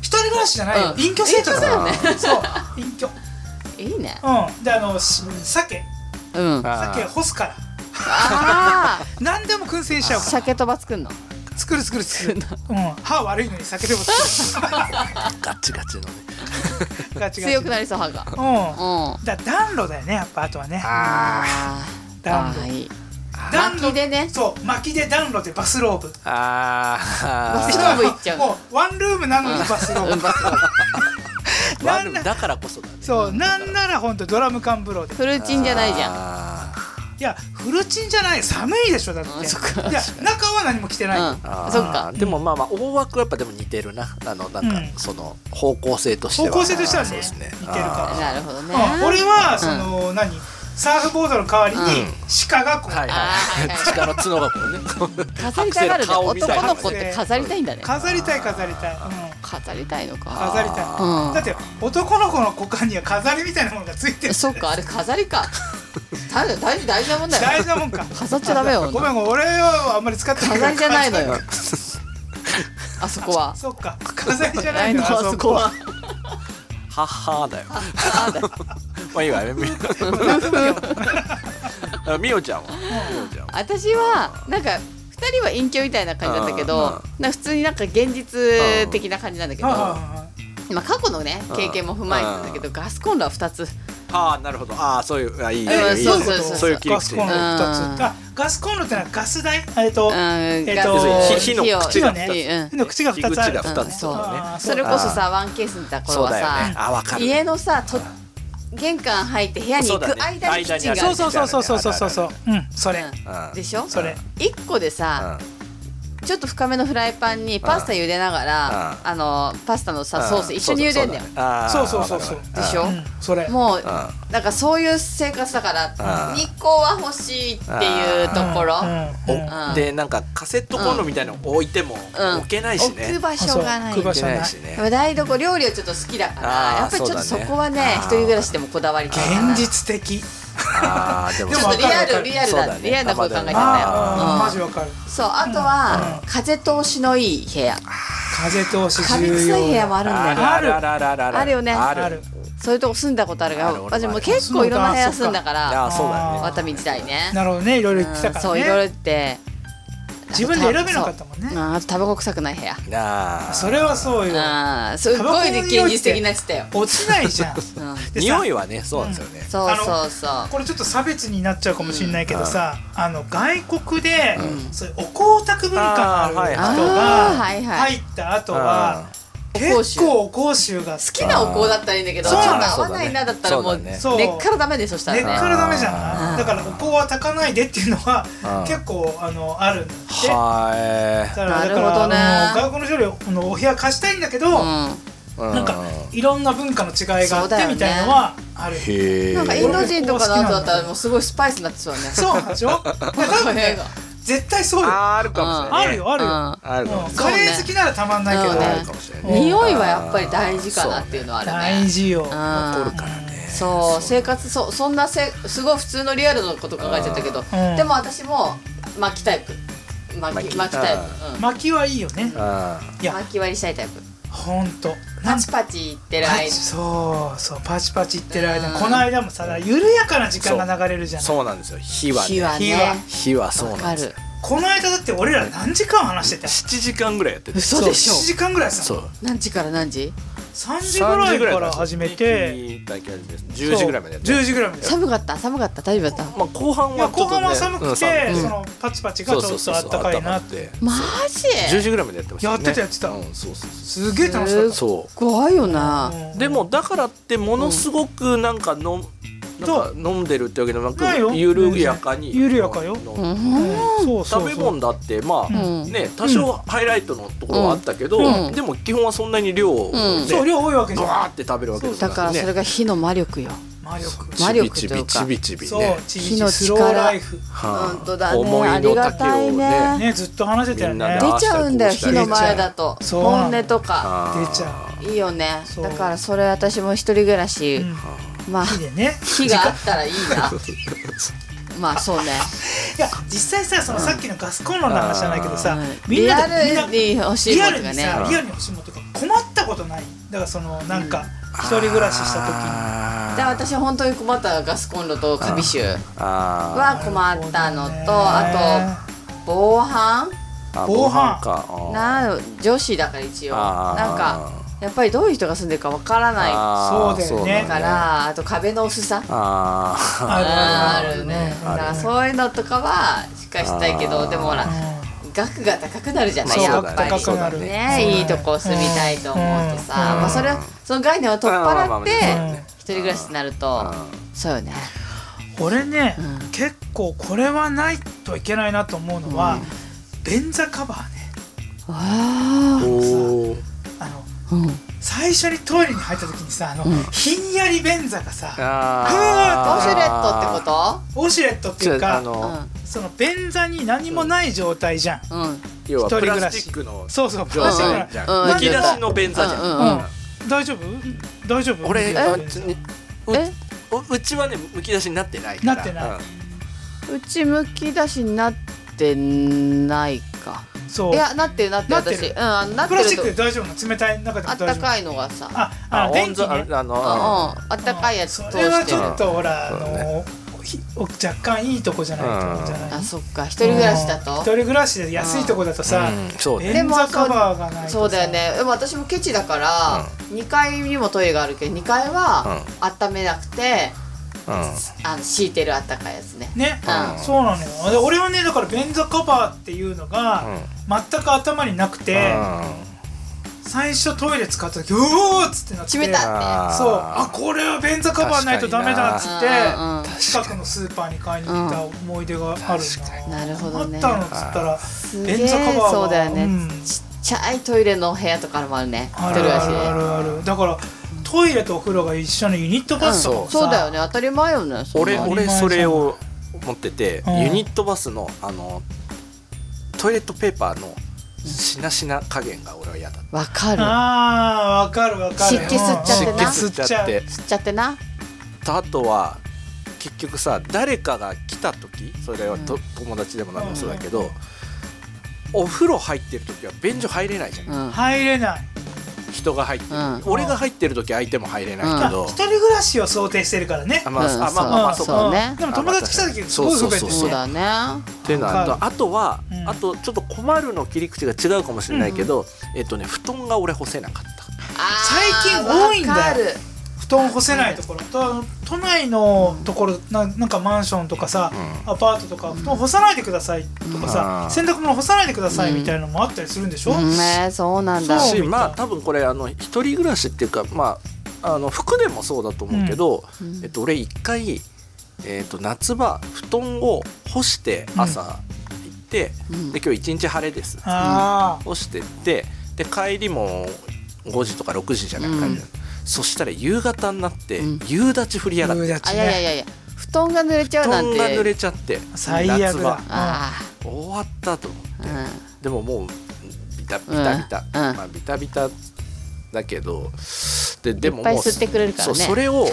Speaker 1: 一人暮らしじゃないよ、
Speaker 2: うん
Speaker 1: 隠居生活だよ
Speaker 3: 隠居だ
Speaker 1: そう隠居
Speaker 2: ういいね
Speaker 1: うんであのし鮭
Speaker 2: うん あ
Speaker 1: 鮭干すから
Speaker 2: あー
Speaker 1: 何でも燻製しちゃうから
Speaker 2: 鮭とば作んの
Speaker 1: 作る作る作 るうん歯悪いのに酒でも作
Speaker 3: ガチガチのね
Speaker 1: るガチガチ
Speaker 2: 強くなりそう歯が
Speaker 1: うん
Speaker 2: うん
Speaker 1: だから暖炉だよねやっぱあとはね
Speaker 3: あ
Speaker 2: あー
Speaker 1: 暖
Speaker 2: あ
Speaker 1: 炉
Speaker 2: ーいい
Speaker 1: 暖
Speaker 2: 薪でね
Speaker 1: そう薪で暖炉でバスローブ
Speaker 3: ーあ
Speaker 2: バス
Speaker 3: ー
Speaker 2: ローブいっちゃう
Speaker 1: もうワンルームなのにバスロー
Speaker 2: うん
Speaker 1: ブ
Speaker 2: バスロー
Speaker 1: な
Speaker 3: ワ
Speaker 1: ん
Speaker 3: ル
Speaker 1: だ
Speaker 3: だからこそだね
Speaker 1: そうなんならほんとドラム缶風呂で
Speaker 2: ブフルチンじゃないじゃん
Speaker 3: あ
Speaker 1: い
Speaker 3: ー
Speaker 1: やフルチンじゃない寒いでしょだって
Speaker 2: あそっか
Speaker 1: いや中は何も着てない、
Speaker 2: うん
Speaker 3: あー
Speaker 2: そっか
Speaker 3: でもまあまあ大枠はやっぱでも似てるなあのなんか
Speaker 1: うん
Speaker 3: その方向性としては
Speaker 1: 方向性としてはね
Speaker 3: そうですね
Speaker 1: 似てるから
Speaker 2: なるほどね
Speaker 1: うん俺はその、何サーフボードの代わりに
Speaker 3: うん
Speaker 1: 鹿がこう、
Speaker 3: はい
Speaker 2: あーはい はい
Speaker 3: はい鹿の角がこうねこう
Speaker 2: 飾りたがるね
Speaker 3: 白線顔みたい
Speaker 2: 男
Speaker 3: な
Speaker 2: の子って飾りたいんだね
Speaker 1: 飾りたい飾りたい、うん
Speaker 2: 飾りたいのか
Speaker 1: 飾りたい
Speaker 3: あ
Speaker 2: うん
Speaker 1: だって男の子の股間には飾りみたいなものがついてる
Speaker 2: そっかあれ飾りか大事大事大事なもんだ
Speaker 1: 大
Speaker 2: よ
Speaker 1: 事なもんか
Speaker 2: 飾っちゃダメよ
Speaker 1: ごめんごめん俺はあんまり使ってない
Speaker 2: 飾りじゃないのよあそこは
Speaker 1: そっか飾りじゃな
Speaker 2: 来
Speaker 1: いの
Speaker 2: の
Speaker 1: よ
Speaker 2: あそこは
Speaker 3: はっはーだよ まあいいわねみ おみおちゃんはみおちゃんは
Speaker 2: 私はなんか2人は隠居みたいな感じだったけ
Speaker 3: うん
Speaker 2: どなんか普通になんか現実的な感じなんだけど、ま
Speaker 1: あ
Speaker 2: あ、過去のね
Speaker 3: うん
Speaker 2: 経験も踏まえてんだけどガスコンロは2つ
Speaker 3: ああなるほどああそういうあいいね
Speaker 2: うん
Speaker 3: いいね
Speaker 2: そうそうそう
Speaker 3: そういう切り
Speaker 1: ガス
Speaker 3: 口
Speaker 1: コンロ
Speaker 2: うん
Speaker 1: 二つあガスコンロってのはガス台えっと
Speaker 2: うん
Speaker 1: えっと
Speaker 2: ガス
Speaker 1: 火
Speaker 3: の
Speaker 2: を
Speaker 3: 口
Speaker 1: が
Speaker 2: 火をね
Speaker 1: の口が
Speaker 3: 火
Speaker 1: 二つあ
Speaker 3: 口
Speaker 1: る
Speaker 3: が二
Speaker 2: うん
Speaker 3: つ
Speaker 2: そ
Speaker 3: と
Speaker 2: う
Speaker 3: かね
Speaker 1: あー
Speaker 2: それこそさワンケースにいた頃
Speaker 3: そう
Speaker 2: は
Speaker 3: だよ
Speaker 2: さ、
Speaker 3: ねあわかる
Speaker 2: 家のさと玄関入って部屋に行く間にキッチンがあるじゃ
Speaker 1: そ
Speaker 2: ん
Speaker 1: うそうそうそうそうそうそうそううんそれ
Speaker 2: うん
Speaker 3: うん
Speaker 2: でしょ
Speaker 1: それ
Speaker 2: 1個でさ、ちょっと深めのフライパンにパスタ茹でながら、
Speaker 3: うん
Speaker 2: あのパスタのさ、ソース一緒に茹でんだよ
Speaker 1: そうそうそうそう
Speaker 2: でしょ、
Speaker 1: うんそれ
Speaker 2: もう、
Speaker 3: ん
Speaker 2: なんかそういう生活だから、
Speaker 3: うん
Speaker 2: 日光は欲しいっていうところ、
Speaker 1: うんうんうん
Speaker 2: うん
Speaker 3: でなんかカセットコンロみたいの置いても
Speaker 2: うん
Speaker 3: 置けないし
Speaker 2: 置
Speaker 3: ね
Speaker 2: く場所がない
Speaker 1: 置く場
Speaker 3: 置
Speaker 1: 所
Speaker 3: けないしね
Speaker 2: 台所料理はちょっと好きだから
Speaker 3: あー
Speaker 2: やっぱりちょっとそ
Speaker 3: そ
Speaker 2: う
Speaker 3: だね
Speaker 2: こはね
Speaker 3: あー
Speaker 2: 一人暮らしでもこだわりたいかな
Speaker 1: 現実的
Speaker 3: あーでも
Speaker 1: で
Speaker 2: ち
Speaker 1: も
Speaker 2: ょっとリア
Speaker 1: わかるわか
Speaker 2: ル
Speaker 1: る
Speaker 2: リアル
Speaker 3: そう
Speaker 2: だ
Speaker 3: だね
Speaker 2: リアルなこと考えちゃったよ
Speaker 1: あ
Speaker 2: うん
Speaker 1: ーマジわかる
Speaker 2: そうあとは、風通しのいい部屋
Speaker 1: 風通し
Speaker 2: カビ
Speaker 1: 重
Speaker 2: 臭い部屋
Speaker 1: 要
Speaker 2: もあるんだよね
Speaker 3: あるあるあるあるある
Speaker 2: あるよね
Speaker 3: あ
Speaker 1: ある
Speaker 3: る
Speaker 2: そういうとこ住んだことあるか
Speaker 3: あ
Speaker 2: ら
Speaker 3: る俺もあ
Speaker 2: 私
Speaker 3: る
Speaker 2: も結構いろんな部屋住んだか
Speaker 3: あ
Speaker 2: ら
Speaker 3: ーそうだよ
Speaker 1: あ
Speaker 3: ね
Speaker 1: ー
Speaker 2: 渡道代ね
Speaker 1: なるほどねいろいろ言って
Speaker 2: う
Speaker 1: た
Speaker 2: ん
Speaker 1: か
Speaker 2: そういろ
Speaker 1: らね
Speaker 2: いろって
Speaker 1: 自分で選べなかったもんね
Speaker 2: うんあとタバコ臭くない部屋
Speaker 3: なあ
Speaker 1: それはそうよ
Speaker 2: あーすっごいね現実的なやつだよ、
Speaker 1: 落ちないじゃん
Speaker 2: うん、
Speaker 1: でさ
Speaker 3: 匂いはねそうなんですよね
Speaker 2: そうそうそう
Speaker 1: これちょっと差別になっちゃうかもしれないけどさ、あの外国で、
Speaker 2: うん
Speaker 1: そういうお香卓文化のある人
Speaker 3: あー
Speaker 1: が
Speaker 2: はいはいあーはいはい
Speaker 1: 入った後は、結構お香臭が好き
Speaker 2: 好きなお香だったらいいんだけどち
Speaker 1: そ
Speaker 2: ょ
Speaker 1: う
Speaker 2: っと
Speaker 1: なの
Speaker 2: 合わないなだったらも
Speaker 3: そううだね
Speaker 2: 根っ
Speaker 1: そう
Speaker 2: からダメでそした
Speaker 1: 根っ
Speaker 2: らね
Speaker 1: からダメじゃ
Speaker 2: あ
Speaker 1: ん
Speaker 2: ー
Speaker 1: だからお香は炊かないでっていうのは
Speaker 3: あー
Speaker 1: 結構あのあるんだって
Speaker 3: は
Speaker 1: だから
Speaker 2: なる
Speaker 1: だ
Speaker 2: ほ
Speaker 1: か
Speaker 2: どね
Speaker 1: らあの外国の人にあのお部屋貸したいんだけど、
Speaker 2: う
Speaker 3: いうん
Speaker 1: なんかいろんな文化の違いがあ
Speaker 2: そ
Speaker 1: っ
Speaker 2: うだ
Speaker 1: て
Speaker 2: よね
Speaker 1: みたいのはある
Speaker 3: へ
Speaker 2: ん、
Speaker 3: え
Speaker 2: なんかインド人とかの後だった
Speaker 1: 俺もお香好きなんだ
Speaker 2: らもうすごいスパイスになってそうだね
Speaker 1: そうなんで しょいや多分ね絶対そうよあ
Speaker 3: あーあるかもしれないね
Speaker 1: るよあるよ、
Speaker 3: あるか
Speaker 1: も
Speaker 3: も
Speaker 1: う
Speaker 3: しれ
Speaker 1: カレー好きならたまんないけど、
Speaker 2: そうね
Speaker 3: ないあるかもしれない
Speaker 2: うん匂いはやっぱり大事かなっていうのはあるね
Speaker 1: 大事よ
Speaker 2: うん
Speaker 3: 残るからね
Speaker 2: そう生活そうそんなせすごい普通のリアルのこと考えちゃったけど、
Speaker 1: ん
Speaker 2: でも私も巻きタイプ巻き
Speaker 3: 巻
Speaker 2: 巻
Speaker 3: き
Speaker 2: きタイプ、うん
Speaker 1: 巻きはいいよね
Speaker 3: あ
Speaker 1: いや
Speaker 2: 巻き割りしたいタイプ
Speaker 1: ほんと
Speaker 2: パチパチいってる
Speaker 1: パ
Speaker 2: 間
Speaker 1: チそうそうパチパチ言ってる間
Speaker 2: うん
Speaker 1: この間もさ緩やかな時間が流れるじゃ
Speaker 3: ー
Speaker 1: ん
Speaker 3: そうなんですよ火は
Speaker 2: 火
Speaker 3: ね
Speaker 2: は
Speaker 1: 火
Speaker 2: ね
Speaker 1: は
Speaker 3: 火はそう
Speaker 2: わ
Speaker 3: なん
Speaker 2: か
Speaker 3: ですよ
Speaker 2: る
Speaker 1: この間だって俺ら何時間話してた
Speaker 3: 7時間ぐらいやってて
Speaker 2: 嘘でしょ
Speaker 1: 7時間ぐらい
Speaker 3: そ
Speaker 1: さ
Speaker 3: う
Speaker 2: 何時から何時
Speaker 1: 3時ぐらいから始めて
Speaker 3: 10時ぐらいまでやって
Speaker 1: 10時ぐらいまで
Speaker 2: 寒かった寒かった大丈夫だった
Speaker 3: まあ後半
Speaker 1: いや
Speaker 3: はちょ
Speaker 1: 後
Speaker 3: っと
Speaker 1: 半
Speaker 3: ね
Speaker 1: は寒くて
Speaker 3: うん
Speaker 1: そのパチパチがちょっとあったかいなって
Speaker 2: マ
Speaker 3: 10
Speaker 2: ジ
Speaker 3: 時ぐらいまでやってました
Speaker 1: やっ
Speaker 3: ね
Speaker 1: てたやってた
Speaker 3: うんそうそうそ
Speaker 1: すげえ楽しかっ
Speaker 2: う
Speaker 3: う
Speaker 2: へ
Speaker 1: た
Speaker 3: そ
Speaker 2: 怖いよな
Speaker 1: うん
Speaker 3: うでもだからってものすごくなんか飲んなんか飲んでるってわけでもな
Speaker 1: ないよ
Speaker 3: く緩やかに
Speaker 1: 緩やかよ
Speaker 3: 飲ん
Speaker 2: う
Speaker 3: で
Speaker 2: ん
Speaker 1: そうそう
Speaker 3: 食
Speaker 1: そう
Speaker 3: べ物だってまあ
Speaker 2: うん
Speaker 3: ね多少ハイライトのところはあったけど
Speaker 2: うん
Speaker 3: でも基本はそんなに量を
Speaker 2: うん
Speaker 3: ね
Speaker 1: そう量多いわけじ
Speaker 3: ブ
Speaker 1: ゃん
Speaker 3: ワーって食べるわけでもな
Speaker 2: だ
Speaker 3: く
Speaker 2: から
Speaker 3: ね
Speaker 2: それが火の魔力よ
Speaker 1: 魔力
Speaker 2: 魔力と
Speaker 3: ち
Speaker 2: い
Speaker 3: び
Speaker 2: うか
Speaker 3: ちびちびちび
Speaker 1: そう
Speaker 3: ね、
Speaker 1: ち
Speaker 2: 火
Speaker 1: び
Speaker 2: の力
Speaker 1: ちスローライフ
Speaker 3: はあ
Speaker 2: 本当だね
Speaker 3: 思いの丈
Speaker 2: あ
Speaker 3: を
Speaker 2: り
Speaker 3: ね
Speaker 2: がたいね
Speaker 1: ねずっと話せたよ
Speaker 3: みんな
Speaker 1: ね
Speaker 3: で
Speaker 1: 出
Speaker 2: 出ちゃうんだよ火の前だと
Speaker 1: そう
Speaker 2: 本音とか
Speaker 3: あー
Speaker 1: ちゃ
Speaker 2: いいよね
Speaker 1: そう
Speaker 2: だからそれ私も一人暮らし
Speaker 1: う、うん
Speaker 2: まあ
Speaker 1: 火でね
Speaker 2: 火があったらいいなまあそうね
Speaker 1: いや実際さそのさっきのガスコンロの話じゃないけどさ、
Speaker 2: うん
Speaker 1: みん
Speaker 2: リ
Speaker 1: な
Speaker 2: ア
Speaker 1: でみんな
Speaker 2: ルに欲しい
Speaker 1: リ
Speaker 2: も
Speaker 1: ア
Speaker 2: の
Speaker 1: ル
Speaker 2: が
Speaker 1: に
Speaker 2: ね
Speaker 1: さ、リアルに欲しいものとか困ったことないだからそのなんか一人暮らしした時に
Speaker 2: で私本当に困ったガスコンロとカビ臭
Speaker 3: あ
Speaker 2: は困ったのと
Speaker 1: なるほどね
Speaker 2: あと防犯
Speaker 3: ーあ
Speaker 1: 防犯
Speaker 3: かあー
Speaker 2: な女子だから一応
Speaker 3: あー
Speaker 2: なんかやっぱりどういう人が住んでるかわからないか
Speaker 3: あー
Speaker 1: そうだよね
Speaker 3: そ
Speaker 2: らあと壁の薄さ
Speaker 3: あー
Speaker 1: ある
Speaker 2: あーあるね
Speaker 1: ある
Speaker 2: だからそういうのとかはしっかりしたいけ
Speaker 3: あ
Speaker 2: ど
Speaker 3: ー
Speaker 2: でもほら
Speaker 1: う
Speaker 2: 額が高くなるじゃない
Speaker 3: まあ
Speaker 2: や
Speaker 1: そ
Speaker 2: っ
Speaker 1: う
Speaker 2: ぱ
Speaker 1: だね
Speaker 2: り
Speaker 1: 高くなるそ
Speaker 2: ね
Speaker 1: うだね
Speaker 2: いいとこ住みたいと思うとさ、
Speaker 1: うん
Speaker 2: まあ、それはその概念を取っ
Speaker 3: まあま
Speaker 2: 払
Speaker 3: あまあ
Speaker 2: っ
Speaker 3: ま
Speaker 2: て
Speaker 3: あ
Speaker 1: ね
Speaker 2: 一人暮らしになるとそうよね
Speaker 1: ん俺ね、
Speaker 2: うん
Speaker 1: 結構これはないといけないなと思うのは、便座カバーね
Speaker 2: あ
Speaker 3: うんおー
Speaker 1: あの
Speaker 2: ーうん
Speaker 1: 最初にトイレに入った時にさあの、
Speaker 2: うん
Speaker 1: ひんやり便座がさ
Speaker 3: あ
Speaker 2: オシュレットってこ
Speaker 1: ウォシュレットっていう
Speaker 3: じゃ
Speaker 1: か
Speaker 3: ああの
Speaker 2: と
Speaker 3: ー
Speaker 1: その便座に何もない状態じゃん、
Speaker 2: うんうん
Speaker 3: 要は
Speaker 1: 一人
Speaker 3: プ
Speaker 1: 暮らし
Speaker 3: ラスチックの
Speaker 1: そうそう
Speaker 3: 上手
Speaker 1: だ
Speaker 3: じゃん
Speaker 2: うんうん
Speaker 3: むき出しの便座じ
Speaker 2: うん
Speaker 1: から
Speaker 2: う
Speaker 1: うんん大丈夫大丈夫
Speaker 3: 俺
Speaker 1: いや
Speaker 3: あ
Speaker 1: いや
Speaker 3: ち
Speaker 1: いや
Speaker 2: え
Speaker 3: ううちはねむき出しになってないから
Speaker 1: なってない
Speaker 2: うちむき出しになってないか
Speaker 1: そう
Speaker 2: いやなってるなってる
Speaker 1: なってる
Speaker 2: 私うんあのなっ
Speaker 1: プ
Speaker 2: て
Speaker 1: ラ
Speaker 2: る
Speaker 1: スチッ
Speaker 2: と
Speaker 1: クで大丈夫なの冷たい中で
Speaker 2: あ
Speaker 1: も
Speaker 2: っ
Speaker 1: 大丈夫
Speaker 2: たかいのがさ
Speaker 1: あ
Speaker 3: あ
Speaker 1: あの電気
Speaker 3: 温
Speaker 1: ね
Speaker 3: 存あの
Speaker 2: うんうんあったかいやつ
Speaker 1: そ
Speaker 2: 通
Speaker 1: れは
Speaker 2: して
Speaker 1: ち
Speaker 2: る
Speaker 1: ょっとほらあ
Speaker 3: そうだ
Speaker 1: のひ若干いいとこじゃないとじゃない
Speaker 2: あそっか一人暮らしだ
Speaker 1: うん一
Speaker 2: と
Speaker 1: 人暮らしで安いとこだとさ
Speaker 3: うんそうね
Speaker 2: で
Speaker 1: 便
Speaker 2: も
Speaker 1: 座カバーがないとさ
Speaker 2: そうだよねでも私もケチだから、二2階にもトイレがあるけど2階は温めなくて、
Speaker 3: う
Speaker 2: あの敷いてるあったかいやつね
Speaker 1: ね
Speaker 2: うん
Speaker 1: そうなのよで俺はねだから便座カバーっていうのが全く頭になくて最初トイレ使った時うおーっつってなって
Speaker 2: 冷た
Speaker 1: そうあこれは便座カバーないとダメだっつって
Speaker 2: うんうんうん
Speaker 1: 近くのスーパーに買いに行った思い出があるな
Speaker 2: なるほ
Speaker 1: あ
Speaker 2: ど
Speaker 1: っ
Speaker 2: ね
Speaker 1: たのっつったら
Speaker 2: すげえ
Speaker 1: 便座カバーは
Speaker 2: そうだよね、
Speaker 1: うん
Speaker 2: ちっちゃいトイレの部屋とかもあるね一
Speaker 1: あ
Speaker 2: 人暮
Speaker 1: る
Speaker 2: らし
Speaker 1: あ
Speaker 2: で
Speaker 1: るあるあるだからトイレとお風呂が一緒のユニットバスとか
Speaker 2: う
Speaker 1: も
Speaker 2: ん、
Speaker 1: さ
Speaker 2: そうだよね当たり前よねそん
Speaker 3: 俺
Speaker 2: なの
Speaker 3: 俺それを持ってて、
Speaker 1: うん
Speaker 3: ユニットバスのあのトイレットペーパーのしなしな加減が俺は嫌だ
Speaker 2: わかる
Speaker 1: あーわかるわかる
Speaker 2: 湿気吸っちゃってな
Speaker 1: うん
Speaker 3: 湿気吸っちゃって
Speaker 2: 吸っちゃってな
Speaker 3: あとは結局さ誰かが来た時それはと、友達でも何でもそうだけど、お風呂入ってる時は便所入れないじゃん、
Speaker 2: うん
Speaker 1: 入れない
Speaker 3: 人が入ってる、
Speaker 2: うん
Speaker 3: 俺が入ってる時相手も入れない
Speaker 1: あ
Speaker 3: けど、
Speaker 1: 一人暮らしを想定してるからね
Speaker 3: あまあ、
Speaker 2: うん
Speaker 3: あまあまあまあ
Speaker 2: そ
Speaker 3: そうう
Speaker 2: そう
Speaker 3: か
Speaker 2: ね
Speaker 1: でも友達来た時す
Speaker 3: そ
Speaker 1: ご
Speaker 3: う
Speaker 1: い不
Speaker 3: そう
Speaker 1: 便
Speaker 3: そう
Speaker 2: そうだね
Speaker 3: っていうのはあ
Speaker 1: わ
Speaker 3: とあとは、
Speaker 1: うん
Speaker 3: あとちょっと困るの切り口が違うかもしれないけど、えっとね布団が俺干せなかった。
Speaker 1: 最近多いんだよ
Speaker 2: わかる
Speaker 1: 布団干せないところとあの都内のところななんかマンションとかさ、
Speaker 3: う
Speaker 1: アパートとか布団干さないでくださいとかさ、
Speaker 3: うん
Speaker 1: 洗濯物干さないでくださいみたいなのもあったりするんでしょ、
Speaker 2: うんねそうなんだ
Speaker 1: そう
Speaker 3: しまあ多分これあの一人暮らしっていうかまああの服でもそうだと思うけど、
Speaker 2: うん
Speaker 3: えっと、俺一回、えっと、夏場布団を干して朝行って、
Speaker 2: うん
Speaker 3: で今日一日晴れです、
Speaker 1: あ
Speaker 3: 干してってで帰りも5時とか6時じゃないか、
Speaker 2: うん
Speaker 3: そしたら夕方になって、
Speaker 2: うん
Speaker 3: 夕立降りや
Speaker 1: あ、
Speaker 3: がっ
Speaker 1: 夕
Speaker 3: て
Speaker 1: 立
Speaker 2: あ
Speaker 1: ね
Speaker 2: いやいやいやいや布団が濡れちゃう
Speaker 3: 布
Speaker 2: なん
Speaker 3: 団
Speaker 2: て
Speaker 3: が濡れちゃって
Speaker 1: 最悪だ
Speaker 3: 夏場
Speaker 2: あ
Speaker 3: 終わったと思って。
Speaker 2: あうん
Speaker 3: でももうビタビタビタ、
Speaker 2: うんうん
Speaker 3: まあビタビタだけどででも
Speaker 2: いっぱい
Speaker 3: もう
Speaker 2: 吸ってくれるからね
Speaker 3: そうそれを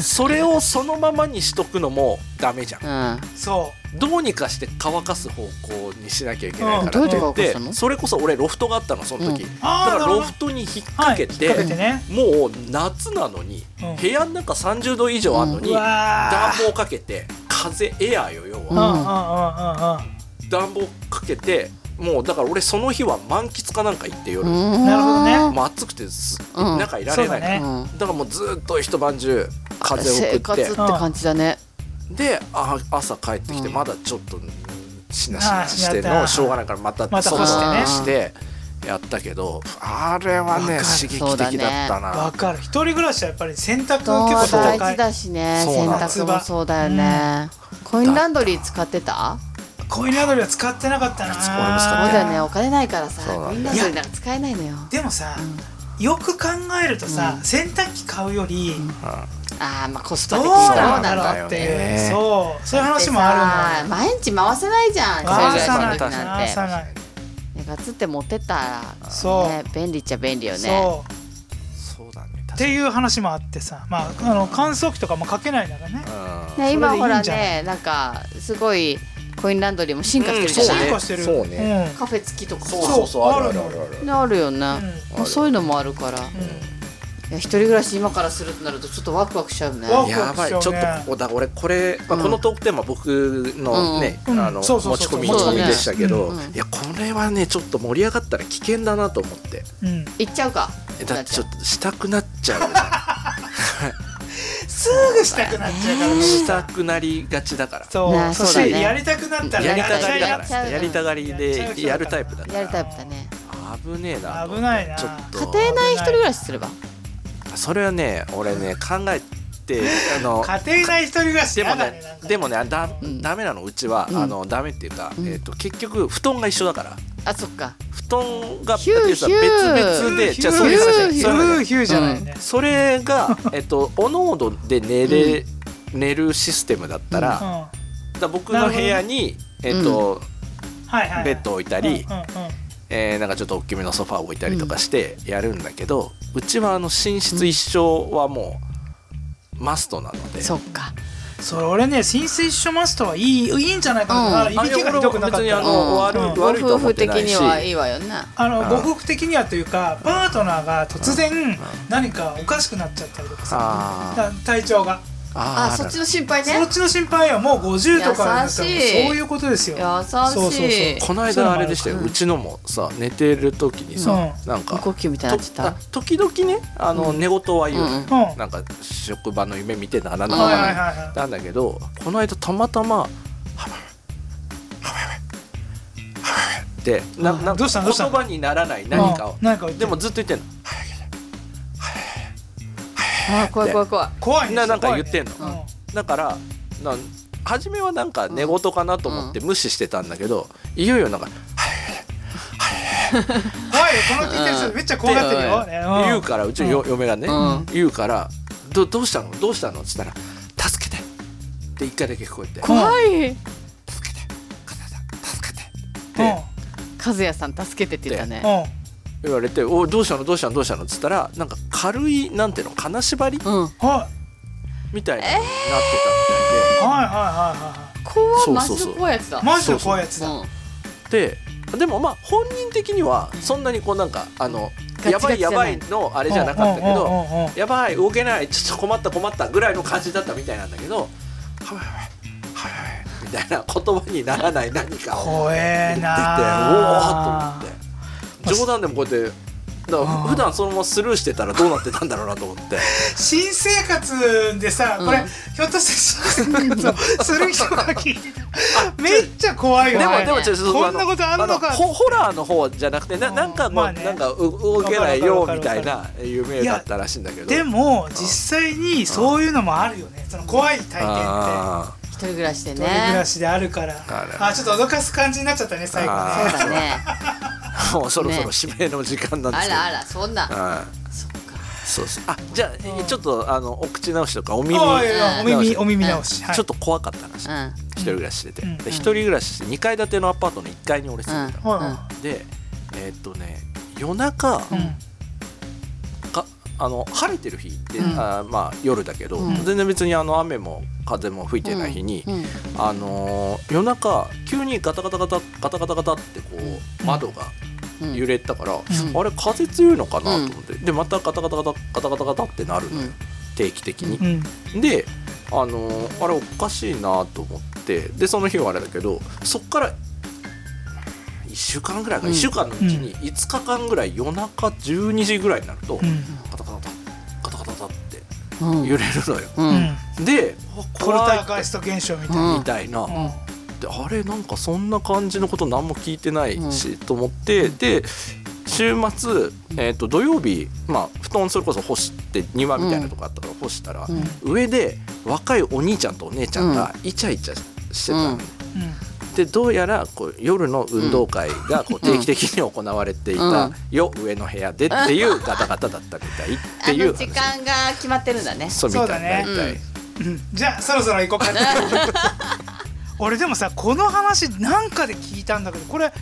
Speaker 3: それをそのままにしとくのもダメじゃん
Speaker 2: うん
Speaker 1: そ
Speaker 3: どうにかして乾かす方向にしなきゃいけないからって
Speaker 2: うんどうや
Speaker 3: 言
Speaker 2: っ
Speaker 3: って
Speaker 2: 乾かす
Speaker 3: て
Speaker 2: の
Speaker 3: それこそ俺ロフトがあったのその時、
Speaker 2: うん
Speaker 3: だ
Speaker 1: あー
Speaker 3: から
Speaker 1: なるほど
Speaker 3: ロフトに引っ掛けて,、
Speaker 1: はい引っ掛けてね
Speaker 3: もう夏なのに、
Speaker 1: うん
Speaker 3: 部屋の中30度以上あるの
Speaker 1: う
Speaker 3: に、
Speaker 1: うわー
Speaker 3: 暖房かけて風エアーよ要は。
Speaker 1: うんうんうんうん
Speaker 3: 暖房かけてもうだから俺その日は満喫かなんか行って夜、
Speaker 1: なるほどね
Speaker 3: もう暑くてす
Speaker 2: うん
Speaker 3: 中いられないから、
Speaker 1: そうだね
Speaker 2: うん
Speaker 3: だからもうずっと一晩中風を
Speaker 2: 生
Speaker 3: 送っ
Speaker 2: 活って
Speaker 3: て
Speaker 2: 感じだね
Speaker 3: であ朝帰ってきて
Speaker 2: うん
Speaker 3: まだちょっとしなしなしてん
Speaker 1: あーしなった
Speaker 3: のしょうがないからまた
Speaker 1: また
Speaker 3: 外
Speaker 1: 干して
Speaker 2: ね
Speaker 3: してやったけどあれは
Speaker 1: わか
Speaker 3: ね
Speaker 1: る
Speaker 3: 刺激的だった
Speaker 1: わ
Speaker 3: な。
Speaker 1: かる一人暮らしはやっぱり洗濯結
Speaker 2: 布団は
Speaker 1: 構
Speaker 2: 大
Speaker 1: 高
Speaker 2: 事
Speaker 1: い
Speaker 2: だしね
Speaker 3: そう
Speaker 2: 洗
Speaker 3: なんだ
Speaker 2: 濯もそうだよねコインランドリー使ってた
Speaker 1: コインランドリーは使ってなかったな
Speaker 3: 俺も使
Speaker 2: そう
Speaker 3: って
Speaker 2: だよ
Speaker 3: な
Speaker 2: ねお金ないからさ
Speaker 3: そうなんだ
Speaker 2: コインランドリーなんか使えないのよ
Speaker 1: でもさ、よく考えるとさ、
Speaker 2: うん
Speaker 1: 洗濯機買うより、
Speaker 2: ああまあコス
Speaker 1: どう
Speaker 2: パ的には
Speaker 3: そう
Speaker 1: なんだ
Speaker 3: なんだ
Speaker 1: ろう
Speaker 3: よ
Speaker 1: って
Speaker 3: ね
Speaker 1: いうそうそういう話もある
Speaker 2: る毎日回せないじゃん
Speaker 1: の回さな
Speaker 2: 1
Speaker 1: い
Speaker 2: 人暮らしの時なん
Speaker 1: 回
Speaker 2: て
Speaker 1: さない
Speaker 2: ねガツって持ってったら
Speaker 1: そう
Speaker 2: ね便利っちゃ便利よね
Speaker 1: そう
Speaker 3: そうだね
Speaker 1: っ
Speaker 3: 確
Speaker 1: ていう話もあってさまああの乾燥機とかもかけないならね
Speaker 3: か
Speaker 2: ね
Speaker 3: に
Speaker 1: それでいいんじゃ
Speaker 2: 今
Speaker 1: ない
Speaker 2: ほらねなんかすごいコインランドリーも進化してるじ
Speaker 3: そう
Speaker 2: ゃ
Speaker 3: ね
Speaker 2: ない
Speaker 1: 進化してる
Speaker 4: そうね
Speaker 2: カフェ付きとか
Speaker 4: そうそうそうあるあるあるある
Speaker 2: ねあるよね
Speaker 1: うん
Speaker 2: まあそういうのもあるからい
Speaker 1: うんうん
Speaker 2: や一人暮らし今からするとなるとちょっとワクワクしちゃうね
Speaker 1: ワク
Speaker 3: やばいちょっとこだ俺これ、まあ、
Speaker 2: うん
Speaker 3: このトークテーマ僕のね、
Speaker 1: うん
Speaker 3: あの
Speaker 1: そう
Speaker 3: 持
Speaker 1: そうそ
Speaker 3: ち
Speaker 1: うそう
Speaker 3: 込み持ち込みでしたけど、
Speaker 2: そうだねうん
Speaker 3: いやこれはねちょっと盛り上がったら危険だなと思って
Speaker 1: うん
Speaker 2: 行っちゃうか
Speaker 3: えだってちょっとしたくなっちゃうじゃ
Speaker 1: すぐしたくなっちゃう から
Speaker 3: んしたくなりがちだから
Speaker 1: そ
Speaker 2: ね
Speaker 1: うそし
Speaker 2: そうだ
Speaker 1: て
Speaker 2: ね
Speaker 1: やりたくなったら
Speaker 3: やり
Speaker 1: や
Speaker 3: た
Speaker 1: っち
Speaker 3: が
Speaker 1: ゃ
Speaker 3: り
Speaker 1: い
Speaker 3: だ
Speaker 1: な
Speaker 3: か
Speaker 2: っ
Speaker 3: ら
Speaker 2: ちゃう
Speaker 3: やりたがり
Speaker 1: やっ
Speaker 3: で
Speaker 1: ちゃう
Speaker 3: やるタイプだから
Speaker 2: やるタイプだね
Speaker 3: 危ねえなと思って
Speaker 1: 危ないな
Speaker 3: ちょっと
Speaker 2: 家庭内一人暮らしすれば
Speaker 3: それはね俺ね考えて あの
Speaker 1: 家庭内一人暮らし
Speaker 3: でも
Speaker 1: やだ
Speaker 3: ね
Speaker 1: ねなんか
Speaker 3: でもねあだ、
Speaker 2: うん
Speaker 3: ダメなのうちは、
Speaker 2: うん
Speaker 3: あのダメっていうか、
Speaker 2: うん
Speaker 3: えっと結局布団が一緒だから
Speaker 2: あそっか
Speaker 3: 布団が
Speaker 2: ヒュー
Speaker 3: 別
Speaker 2: ヒュー
Speaker 3: 々で
Speaker 1: ヒュー
Speaker 3: じゃあそういう話じゃない
Speaker 2: ヒ
Speaker 3: そ
Speaker 2: ュ
Speaker 3: ういう話じゃ
Speaker 1: ル
Speaker 3: な
Speaker 1: ー
Speaker 3: い
Speaker 1: ヒューじゃないね
Speaker 3: それがえっとおのおので寝れ、寝るシステムだったら,、だか
Speaker 1: は
Speaker 3: ら僕の部屋にえっと、
Speaker 1: いはい
Speaker 3: ベッドを置いたり、
Speaker 1: うんうんうん
Speaker 3: えーなんかちょっと大きめのソファーを置いたりとかしてやるんだけど、うちはあの寝室一緒はもうマストなので、
Speaker 2: そっか
Speaker 1: それ俺ね浸水しますとはいいいいんじゃないかな、
Speaker 2: うん
Speaker 1: いびきがひどくなか
Speaker 3: あ
Speaker 1: っ
Speaker 3: い
Speaker 1: た
Speaker 3: や
Speaker 1: ら
Speaker 3: 俺も別にあの、
Speaker 2: うん
Speaker 3: 悪
Speaker 1: うん
Speaker 3: い
Speaker 2: ご
Speaker 3: 悪いとは
Speaker 2: 夫
Speaker 3: 思っ
Speaker 2: 婦
Speaker 3: て
Speaker 2: 的
Speaker 3: ないし
Speaker 2: にはいいわよね
Speaker 1: あの
Speaker 3: あ
Speaker 1: ご夫婦的にはというかパートナーが突然何かおかしくなっちゃったりとかさ
Speaker 3: あー
Speaker 1: だ体調が
Speaker 3: あ
Speaker 2: あそっち
Speaker 3: ち
Speaker 2: の心配
Speaker 1: そ
Speaker 2: ね
Speaker 1: っちの心配はもう50とかになったらそう
Speaker 2: 優しい
Speaker 1: いうことですよ
Speaker 2: 優しい
Speaker 1: そうそうそ
Speaker 3: この間あれでしたよ、
Speaker 2: う
Speaker 3: うんちのもさ寝てる時にさ、なんか
Speaker 2: 無呼吸みたいに
Speaker 3: と
Speaker 2: なっちゃ
Speaker 3: あ
Speaker 2: っ
Speaker 3: 時々ねあの、
Speaker 2: うん
Speaker 3: 寝言は言う、
Speaker 2: うん
Speaker 1: ううん
Speaker 3: なんか職場の夢見てならな
Speaker 2: うん
Speaker 1: はい
Speaker 3: か
Speaker 1: は
Speaker 3: ない
Speaker 1: はいはい
Speaker 3: なんだけどこの間たまたま「はばいはばいはばいはばいはばいってな
Speaker 1: うん
Speaker 3: なん
Speaker 1: ど
Speaker 3: か
Speaker 1: うしたのどうし
Speaker 3: 言
Speaker 1: たの
Speaker 3: 葉にならない何かを
Speaker 1: うん何かを言って
Speaker 3: でもずっと言ってんの
Speaker 2: たあー怖い怖い怖い
Speaker 1: 怖いね
Speaker 3: ななんか
Speaker 1: 怖い
Speaker 3: 言
Speaker 1: ね
Speaker 3: ってんの
Speaker 1: うん
Speaker 2: うん
Speaker 3: だからなん初めはなんか寝言かなと思って無視してたんだけどいよいよなんか
Speaker 1: 怖いよこの聞いてる人めっちゃ怖がってるよ、ねん
Speaker 3: 言うからうちのよ嫁がね
Speaker 2: うん
Speaker 3: 言うから「どどうしたのどうしたの?」っつったら「助けて」って一回だけ聞こえて
Speaker 1: 怖い、
Speaker 2: い
Speaker 3: 「助けて加藤さん助けて」
Speaker 1: う
Speaker 2: 和也さん助けてっ
Speaker 3: って
Speaker 2: て言ったね
Speaker 1: んうん
Speaker 3: 言われて「おいどうしたのどうしたのどうしたの?」っつったらなんか軽いなんていうの金縛り
Speaker 2: うん
Speaker 1: は
Speaker 3: みたいなのになって
Speaker 1: いはい
Speaker 3: たみ
Speaker 1: はいはいは
Speaker 2: 怖い
Speaker 3: そう
Speaker 2: マ
Speaker 3: そう
Speaker 2: ジ
Speaker 3: そう
Speaker 2: で怖いやつだ
Speaker 1: いマジで怖いやつだ
Speaker 2: うん
Speaker 3: たいで、ででもまあ本人的にはそんなにこうなんかあの
Speaker 2: ガチ
Speaker 3: や
Speaker 2: ガチじ
Speaker 3: ばい
Speaker 2: ゃ
Speaker 3: や
Speaker 2: な
Speaker 3: ば
Speaker 2: い
Speaker 3: いのあれじゃなかったけ
Speaker 1: うんうん
Speaker 3: ど
Speaker 1: うんうん
Speaker 3: やばい動けないちょっと困った困ったぐらいの感じだったみたいなんだけどはいはいはいはいはいみたいな言葉にならない何かを
Speaker 1: 怖え
Speaker 3: 言っててお
Speaker 1: な
Speaker 3: おーっと思って冗談でもこうやって。だから
Speaker 1: あー
Speaker 3: 普段そのままスルーしてたらどうなってたんだろうなと思って
Speaker 1: 新生活でさ、
Speaker 2: うん
Speaker 1: これひょっとして新生活を する人が聞いてためっちゃ怖い
Speaker 3: で
Speaker 1: よ
Speaker 3: も
Speaker 2: 怖い
Speaker 1: ね
Speaker 2: ね
Speaker 3: でもちょっと
Speaker 1: こ
Speaker 3: そ
Speaker 1: んなことあんのか
Speaker 3: ホホラーの方じゃなくてななんかも
Speaker 1: まあ
Speaker 3: う
Speaker 1: ね
Speaker 3: なんかう動けないよ
Speaker 1: わかる
Speaker 3: み
Speaker 1: わか
Speaker 3: た
Speaker 1: る
Speaker 3: いな夢だったらしいんだけど
Speaker 1: でも実際にそういうのもあるよねその怖い体験って
Speaker 3: あー
Speaker 2: 一人暮らしで
Speaker 1: 一人暮ら
Speaker 2: ね
Speaker 1: しであるから
Speaker 3: ある
Speaker 1: あちょっと脅かす感じになっちゃったね最後
Speaker 2: そう
Speaker 1: ね
Speaker 2: だね
Speaker 3: もうそろそろ指名の時間なんで
Speaker 2: あ
Speaker 3: すけど
Speaker 2: らあらそんな
Speaker 3: はい
Speaker 2: そっか
Speaker 3: そうそうあじゃあちょっとあのお口直しとかお耳
Speaker 1: おいおいおいお耳
Speaker 3: 直し
Speaker 1: お耳直し、はい
Speaker 3: ちょっと怖かった話
Speaker 2: うん
Speaker 3: 一人暮らししてて
Speaker 1: うん
Speaker 3: で一人暮らしして2階建てのアパートの1階に俺住んでたの
Speaker 1: はい
Speaker 3: でえーっとね夜中
Speaker 1: うん
Speaker 3: かあの晴れてる日って、
Speaker 2: うん
Speaker 3: あーまあ夜だけど、
Speaker 2: うん
Speaker 3: 全然別にあの雨も風も吹いてない日に、
Speaker 2: うん
Speaker 3: あのー夜中急にガタガタガタガタガタガタってこう窓が
Speaker 2: うん
Speaker 3: 揺れたから、
Speaker 1: ん
Speaker 3: あれ風強いのかなと思って、でまたガタガタガタガタガタガタってなる
Speaker 2: う
Speaker 3: のよ、
Speaker 2: ん
Speaker 3: 定期的に
Speaker 1: う。ん
Speaker 3: で、あのーあれおかしいなと思ってでその日はあれだけどそっから1週間ぐらいか、
Speaker 2: うん
Speaker 3: 1週間のうちに5日間ぐらい夜中12時ぐらいになると。
Speaker 1: うん
Speaker 3: カタカタカタカタカタカタって
Speaker 2: うん
Speaker 3: 揺れるのよ、
Speaker 2: うん
Speaker 1: うん
Speaker 3: で
Speaker 1: コルタ
Speaker 3: 怖い
Speaker 1: ーガイスト現象みたいな、
Speaker 2: うん
Speaker 3: みたいな、
Speaker 1: うん
Speaker 3: であれなんかそんな感じのこと何も聞いてないし、と思ってで週末、えー、と土曜日、まあ、布団それこそ干して庭みたいなとこあったから干したら、
Speaker 2: うん
Speaker 3: 上で若いお兄ちゃんとお姉ちゃんがイチャイチャしてたの、
Speaker 2: うん
Speaker 1: うん
Speaker 3: でどうやらこう夜の運動会がこう定期的に行われていたよ、上の部屋でっていうガタガタだったみたいって
Speaker 2: あ
Speaker 3: いう
Speaker 2: の時間が決まってるんだね
Speaker 3: そうみたいな
Speaker 1: そう
Speaker 3: み
Speaker 2: だ
Speaker 3: た
Speaker 2: ね
Speaker 3: い
Speaker 1: うんじゃあそろそろ行こうか 俺でもさこの話なんかで聞いたんだけどこれ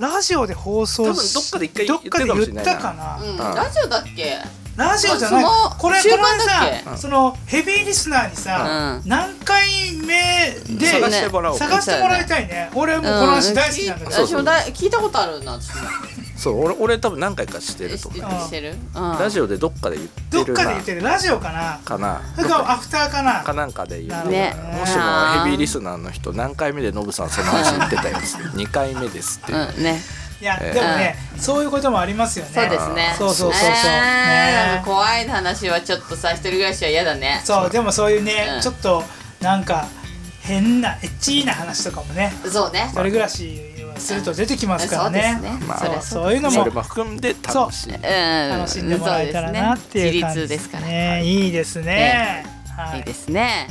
Speaker 1: ラジオで放送し
Speaker 3: 多分どっかで一回
Speaker 1: どっかで
Speaker 3: 言って
Speaker 1: 言
Speaker 3: るかもしれな
Speaker 1: っ
Speaker 3: いな
Speaker 1: たかな
Speaker 2: うん、
Speaker 3: ああ
Speaker 2: ラジオだっけ
Speaker 1: ラジオじゃない
Speaker 2: その
Speaker 1: これ
Speaker 2: 中
Speaker 1: この
Speaker 2: 盤
Speaker 1: 前
Speaker 2: だっけ
Speaker 1: さそのヘビーリスナーにさ、
Speaker 2: う
Speaker 1: 何回目で
Speaker 3: 探してもらおう
Speaker 1: 探してもらいたいね俺もうこの話大好きなんだけ
Speaker 2: う
Speaker 1: ど
Speaker 2: ん私もだい聞いたことあるな私も
Speaker 3: そう俺俺多分何回かしてると思う
Speaker 1: うん
Speaker 2: してる、うん、
Speaker 3: ラジオでどっかで言って
Speaker 1: どっ
Speaker 3: る
Speaker 1: かで
Speaker 3: な
Speaker 1: 言ってるラジオかな
Speaker 3: かな
Speaker 1: それかアフターかな
Speaker 3: かなんかで言う
Speaker 1: な
Speaker 3: な、
Speaker 1: るほど
Speaker 2: ね
Speaker 3: もしもヘビーリスナーの人何回目でノブさんその話言ってたよつって2回目ですって、
Speaker 2: うんね
Speaker 1: いやでもね、そういうこともありますよね
Speaker 2: そうですね
Speaker 1: そうそうそうそう
Speaker 2: ねえ
Speaker 1: ねえ
Speaker 2: 怖い話はちょっとさ一人暮らしは嫌だね
Speaker 1: そうでもそういうね、
Speaker 2: うん
Speaker 1: ちょっとなんか変なエッチーな話とかもね
Speaker 2: そうね
Speaker 1: 一人暮らしをすると出てきますからね,、
Speaker 2: そうですね
Speaker 3: まあ
Speaker 1: そう
Speaker 2: りゃ
Speaker 1: そういうの
Speaker 3: それ
Speaker 1: も
Speaker 3: も含んで楽しい
Speaker 2: うん
Speaker 1: 楽しんでもらえたらなっていう感じ
Speaker 2: そうですね自立ですから、
Speaker 1: ねいいですね、はい
Speaker 2: いいですね、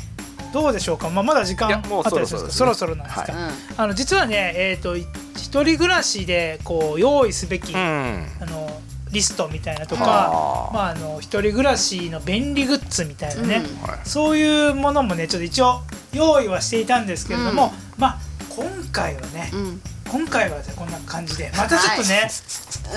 Speaker 1: どうでしょうか、まあ、まだ時間
Speaker 3: い
Speaker 1: あ
Speaker 3: や
Speaker 1: った
Speaker 3: もう
Speaker 1: りするんですかそ
Speaker 3: そ
Speaker 1: ろ
Speaker 3: ろ
Speaker 1: そ
Speaker 3: そ
Speaker 1: ろ
Speaker 3: ろ
Speaker 1: なん
Speaker 3: で
Speaker 1: ですす
Speaker 3: ね
Speaker 1: か、
Speaker 2: うん、
Speaker 1: あの実はねえっ、とい一人暮らしでこう用意すべき、
Speaker 3: うん
Speaker 1: あのリストみたいなとか
Speaker 3: はあ
Speaker 1: まあ、あの一人暮らしの便利グッズみたいなね、
Speaker 2: うん
Speaker 3: はい
Speaker 1: そういうものもねちょっと一応用意はしていたんですけれども、まあ今回はね、
Speaker 2: うん、
Speaker 1: 今回はこんな感じでまたちょっと ね、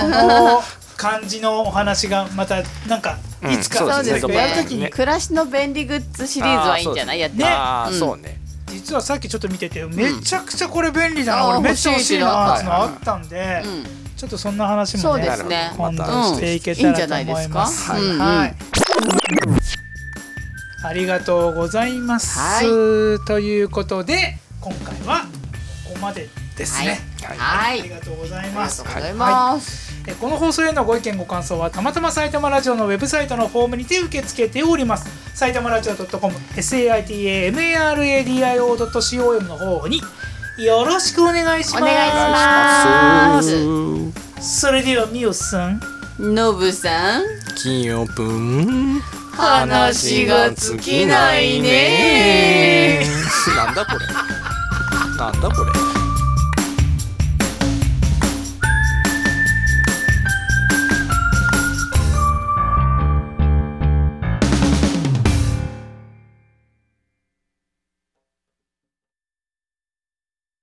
Speaker 1: この感じのお話がまたなんか
Speaker 3: うん
Speaker 1: いつか、
Speaker 2: そうです
Speaker 3: そう
Speaker 2: ね
Speaker 1: やるときに、
Speaker 3: ね
Speaker 2: 暮らしの便利グッズシリーズはいいんじゃないやって
Speaker 1: ね
Speaker 3: ああ、
Speaker 2: うん
Speaker 3: そうね
Speaker 1: 実はさっきちょっと見ててめちゃくちゃこれ便利だな、
Speaker 2: うん
Speaker 1: 俺めっちゃ欲しいなっていうのあったんで、
Speaker 2: うん
Speaker 1: ちょっとそんな話
Speaker 2: そ
Speaker 1: も
Speaker 2: う
Speaker 1: ね
Speaker 2: ですね
Speaker 1: 今度
Speaker 3: ま
Speaker 2: た
Speaker 1: していけたらと思います。
Speaker 2: うんいいんじゃ
Speaker 1: は
Speaker 2: ないい。
Speaker 1: ありがとうございます。ということで今回はここまでですね。
Speaker 3: はい
Speaker 2: は
Speaker 1: あり
Speaker 2: い
Speaker 1: がとうござい
Speaker 2: ありが
Speaker 1: ま
Speaker 2: と
Speaker 1: す
Speaker 2: う。ございます、
Speaker 1: えこの放送へのご意見ご感想はたまたま埼玉ラジオのウェブサイトのフォームにて受け付けております埼玉ラジオ .com saitamaradio.com の方によろしくお願いします
Speaker 2: お願いします
Speaker 1: それではみおさん
Speaker 2: のぶさん
Speaker 3: 金曜分
Speaker 2: 話が尽きないね
Speaker 3: なんだこれなんだこれ